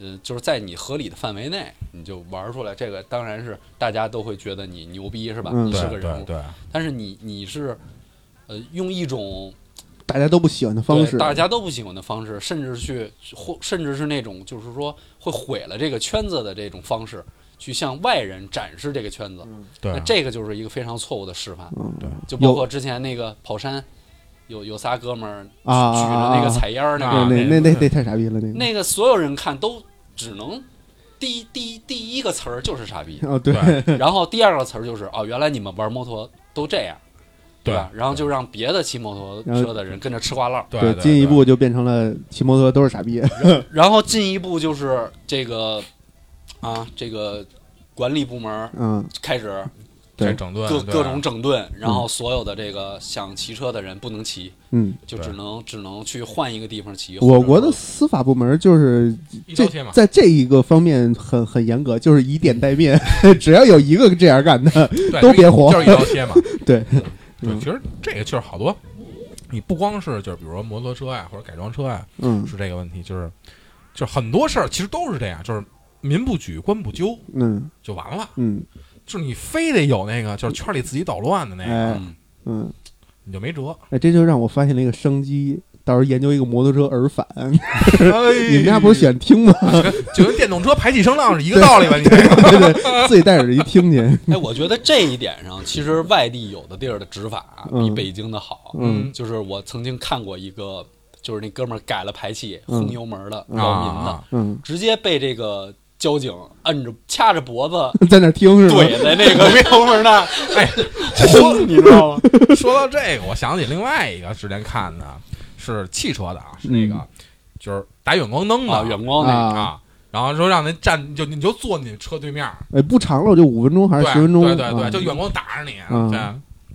Speaker 4: 呃，就是在你合理的范围内，你就玩出来。这个当然是大家都会觉得你牛逼是吧？
Speaker 2: 嗯
Speaker 4: 你是个
Speaker 3: 对
Speaker 4: 人
Speaker 3: 对
Speaker 4: 物，
Speaker 3: 对，
Speaker 4: 但是你你是，呃，用一种
Speaker 2: 大家都不喜欢的方
Speaker 4: 对
Speaker 2: 式，
Speaker 4: 大家都不喜欢的方式，甚至去或甚至是那种就是说会毁了这个圈子的这种方式，去向外人展示这个圈子。那
Speaker 3: 对，
Speaker 4: 这个就是一个非常错误的示范。
Speaker 2: 嗯
Speaker 3: 对
Speaker 4: 就包括之前那个跑山，有有仨哥们儿举
Speaker 2: 啊啊
Speaker 4: 着那个
Speaker 2: 啊
Speaker 4: 采烟儿那
Speaker 2: 啊
Speaker 4: 个，
Speaker 2: 那
Speaker 3: 那
Speaker 2: 那那那太傻逼了，那个
Speaker 4: 那个所有人看都只能第一第一第一个词儿就是傻 逼，
Speaker 2: 哦， 对，
Speaker 3: 对
Speaker 4: 然后第二个词儿就是哦，原来你们玩摩托都这样，对吧？然后就让别的骑摩托车的人跟着吃瓜唠，
Speaker 3: 对
Speaker 2: 对，
Speaker 3: 对
Speaker 2: 进一步就变成了骑摩托都是傻逼，
Speaker 4: 然后进一步就是这个啊这个管理部门儿
Speaker 2: 嗯，
Speaker 4: 开始
Speaker 3: 对
Speaker 2: 对
Speaker 3: 整顿
Speaker 4: 各
Speaker 3: 对
Speaker 4: 各种整顿，然后所有的这个想骑车的人不能骑。
Speaker 2: 嗯，
Speaker 4: 就
Speaker 3: 对
Speaker 4: 只能只能去换一个地方骑。或者
Speaker 2: 我国的
Speaker 4: 说
Speaker 2: 司法部门就是
Speaker 3: 一
Speaker 2: 这
Speaker 3: 刀切嘛，
Speaker 2: 在这一个方面很很严格，就是以点带面， 只要有一个这样干的，
Speaker 3: 对
Speaker 2: 都别活
Speaker 3: 就是一刀 切嘛。
Speaker 2: 对，
Speaker 3: 对，
Speaker 2: 嗯
Speaker 3: 其实这个就是好多，你不光是就是比如说摩托车呀、啊或者改装车呀、
Speaker 2: 嗯
Speaker 3: 是这个问题，就是就是很多事儿其实都是这样，就是民不举官不究
Speaker 2: 嗯
Speaker 3: 就完了，
Speaker 2: 嗯
Speaker 3: 就是你非得有那个就是圈里自己捣乱的那个，
Speaker 2: 哎
Speaker 4: 嗯，
Speaker 2: 嗯，
Speaker 3: 你就 没辙。
Speaker 2: 哎，这就让我发现了一个商机。到时候研究一个摩托车耳返， 你
Speaker 4: 哎
Speaker 3: 你
Speaker 2: 们家不是喜欢听吗？
Speaker 3: 就跟电动车排气声浪是一个道理吧？你 这个
Speaker 2: 对对，自己戴耳机听去。
Speaker 4: 哎，我觉得这一点上，其实外地有的地儿的执法比
Speaker 2: 嗯
Speaker 4: 北京的好。
Speaker 2: 嗯
Speaker 4: 就是我曾经看过一个，就是那哥们儿改了排气，
Speaker 2: 嗯
Speaker 4: 轰油门的
Speaker 2: 嗯
Speaker 4: 扰民的，
Speaker 3: 啊，
Speaker 2: 嗯
Speaker 4: 直接被这个交警摁着掐着脖子
Speaker 2: 在那儿听是吧？
Speaker 4: 怼在那个哥们儿 那儿，
Speaker 3: 哎，
Speaker 4: 轰，你知道吗？
Speaker 3: 说到这个，我想起另外一个之前看的是汽车的啊，是那个、
Speaker 2: 嗯
Speaker 3: 就是打远光灯的
Speaker 4: 啊，远光那个
Speaker 2: 啊
Speaker 3: 啊然后说让人站，就你就坐你车对面儿，
Speaker 2: 哎，不长了，我就五分钟还
Speaker 3: 对
Speaker 2: 是十分钟？
Speaker 3: 对对对，
Speaker 2: 啊
Speaker 3: 就远光打着你，
Speaker 2: 嗯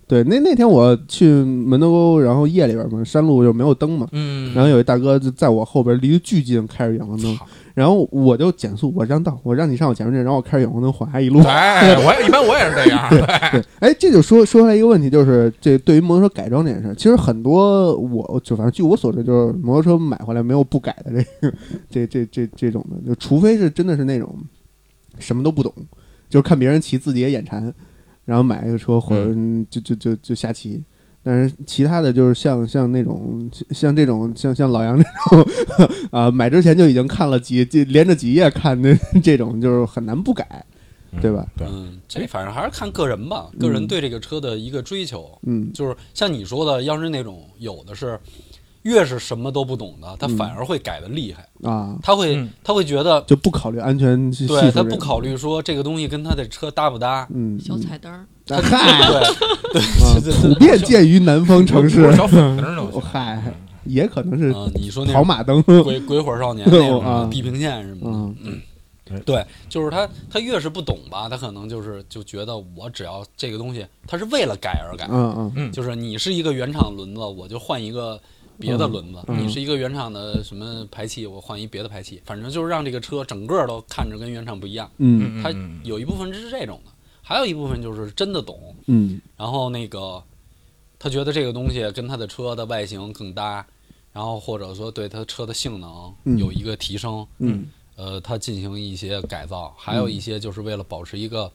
Speaker 3: 对，
Speaker 2: 对，那那天我去门头沟，然后夜里边嘛，山路就没有灯嘛，
Speaker 3: 嗯，
Speaker 2: 然后有一大哥就在我后边离得巨近，开着远光灯，
Speaker 3: 操
Speaker 2: 然后我就减速，我让道，我让你上我前面去，然后我开着远光灯划一路。
Speaker 3: 哎，我也一般我也是这 样，对，
Speaker 2: 对，哎，这就说说回来一个问题，就是这对于摩托车改装这件事儿，其实很多我就反正据我所知，就是摩托车买回来没有不改的这个这这这这种的，就除非是真的是那种什么都不懂，就是看别人骑自己也眼馋，然后买一个车或者嗯就就就就瞎骑。但是其他的就是像像那种像这种像像老杨这种啊、买之前就已经看了几几连着几页看的这种，就是很难不改，对吧？
Speaker 3: 对
Speaker 4: 嗯，这反正还是看个人吧，个人对这个车的一个追求，
Speaker 2: 嗯，
Speaker 4: 就是像你说的，要是那种有的是，越是什么都不懂的，他反而会改的厉害，
Speaker 2: 啊，
Speaker 4: 他会、
Speaker 3: 嗯
Speaker 4: 他会觉得，
Speaker 2: 就不考虑安全系数
Speaker 4: 对
Speaker 2: 这
Speaker 4: 他
Speaker 2: 个，
Speaker 4: 不考虑说这个东西跟他的车搭 不搭，
Speaker 2: 嗯，
Speaker 1: 小
Speaker 2: 嗯
Speaker 1: 彩灯儿，
Speaker 2: 啊嗨，
Speaker 4: 对
Speaker 2: 啊
Speaker 4: 对
Speaker 2: 普遍 见于南方城市
Speaker 3: 我，小粉灯呢，我嗯
Speaker 2: 哦
Speaker 3: 去
Speaker 2: 嗨，也可能是
Speaker 4: 啊、你说那
Speaker 2: 跑
Speaker 4: 种
Speaker 2: 马灯，
Speaker 4: 鬼鬼火少年那种
Speaker 2: 啊
Speaker 4: 的地平线什么的。
Speaker 2: 嗯
Speaker 4: 对，就是他，他越是不懂吧，他可能就是就觉得我只要这个东西，他是为了改而改，
Speaker 2: 嗯嗯
Speaker 4: 就是你是一个原厂轮子，我就换一个别的轮子；
Speaker 2: 嗯
Speaker 4: 你是一个原厂的什么排气，我换一别的排气，反正就是让这个车整个都看着跟原厂不一样。
Speaker 2: 嗯
Speaker 3: 嗯，
Speaker 4: 他
Speaker 3: 嗯嗯
Speaker 4: 有一部分是这种的，还有一部分就是真的懂，
Speaker 2: 嗯
Speaker 4: 然后那个他觉得这个东西跟他的车的外形更搭，然后或者说对他车的性
Speaker 2: 嗯
Speaker 4: 能有一个提升。
Speaker 2: 嗯
Speaker 4: 呃，他进行一些改造，还有一些就是为了保持一个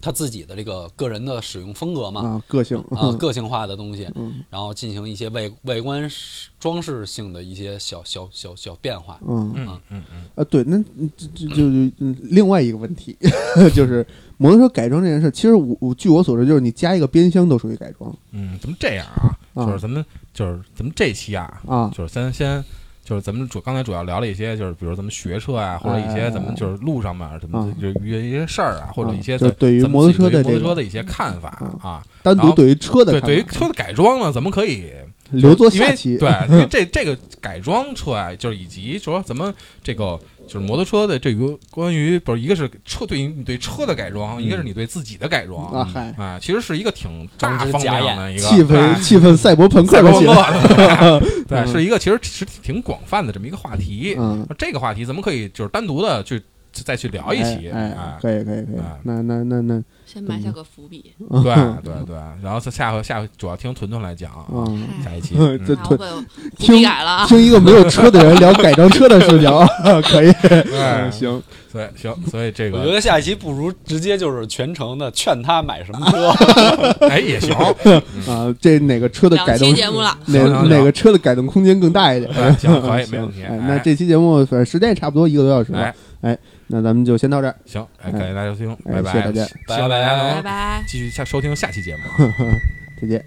Speaker 4: 他自己的这个个人的使用风格嘛，
Speaker 2: 啊，个性
Speaker 4: 啊，个性化的东西，
Speaker 2: 嗯
Speaker 4: 然后进行一些外外观是装饰性的一些小小小小变化。
Speaker 2: 嗯
Speaker 3: 嗯嗯嗯
Speaker 2: 啊，对，那嗯这这就就嗯另外一个问题 就是摩托车改装这件事，其实我我据我所知，就是你加一个边箱都属于改装
Speaker 3: 嗯，怎么这样啊？
Speaker 2: 啊
Speaker 3: 就是咱们就是咱们这期啊，
Speaker 2: 啊，
Speaker 3: 就是先先就是咱们主刚才主要聊了一些，就是比如咱们学车啊，或者
Speaker 2: 哎
Speaker 3: 一些咱们就是路上面怎么
Speaker 2: 啊
Speaker 3: 就遇一些事儿啊，或者一些
Speaker 2: 就
Speaker 3: 咱
Speaker 2: 是对于
Speaker 3: 咱们
Speaker 2: 摩托
Speaker 3: 自己
Speaker 2: 车的
Speaker 3: 对于摩
Speaker 2: 这个
Speaker 3: 托车的一些看法啊。
Speaker 2: 单独对于车的看
Speaker 3: 对，
Speaker 2: 法，
Speaker 3: 对于车的改装呢，咱们可以
Speaker 2: 留作
Speaker 3: 因为
Speaker 2: 下期，
Speaker 3: 对，因为这这个改装车啊，就是以及说咱们这个就是摩托车的这个关于不是一个是车对于你对车的改装，一个是你对自己的改装
Speaker 2: 嗯啊嗨，
Speaker 3: 啊，其实是一个挺大
Speaker 4: 装
Speaker 3: 方
Speaker 4: 之假
Speaker 3: 面
Speaker 4: 眼
Speaker 3: 的一个啊
Speaker 2: 气氛气氛赛博朋 克
Speaker 3: 赛
Speaker 2: 的
Speaker 3: 博
Speaker 2: 气
Speaker 3: 朋
Speaker 2: 氛，
Speaker 3: 克，对 对，
Speaker 2: 嗯
Speaker 3: 是一个其实是挺广泛的这么一个话题。
Speaker 2: 嗯。
Speaker 3: 这个话题咱们可以就是单独的去再去聊一期，
Speaker 2: 哎，
Speaker 3: 啊
Speaker 2: 哎可以可以可以
Speaker 3: 哎，
Speaker 2: 那那那那，
Speaker 1: 先埋下个伏笔。
Speaker 2: 嗯
Speaker 3: 对对对，然后下回下回主要听屯屯来讲啊，
Speaker 2: 嗯，
Speaker 1: 哎
Speaker 3: 下一期
Speaker 2: 嗯这
Speaker 1: 然后
Speaker 2: 屯
Speaker 1: 被伏笔改了啊，
Speaker 2: 听一个没有车的人聊改装车的事情， 啊，可以，
Speaker 3: 哎
Speaker 2: 嗯行，
Speaker 3: 所以行，所以这
Speaker 4: 我觉
Speaker 3: 个
Speaker 4: 得下一期不如直接就是全程的劝他买什么车，
Speaker 3: 哎 也行，
Speaker 2: 啊，这哪个车的改
Speaker 1: 两
Speaker 2: 动
Speaker 1: 期，节目了，
Speaker 2: 哪
Speaker 3: 行行
Speaker 2: 哪个车的改动空间更大一点？
Speaker 3: 哎行可以
Speaker 2: 行
Speaker 3: 没问题。
Speaker 2: 哎
Speaker 3: 哎
Speaker 2: 那这期节目反正时间也差不多一个多小时了
Speaker 3: 哎，
Speaker 2: 那咱们就先到这儿，
Speaker 3: 行，哎感谢大家收听，
Speaker 2: 哎
Speaker 3: 拜拜，
Speaker 2: 谢谢大家
Speaker 3: 希望大家
Speaker 4: 拜
Speaker 1: 拜
Speaker 3: 能
Speaker 1: 拜。
Speaker 3: 继续下收听下期节目啊。
Speaker 2: 再见。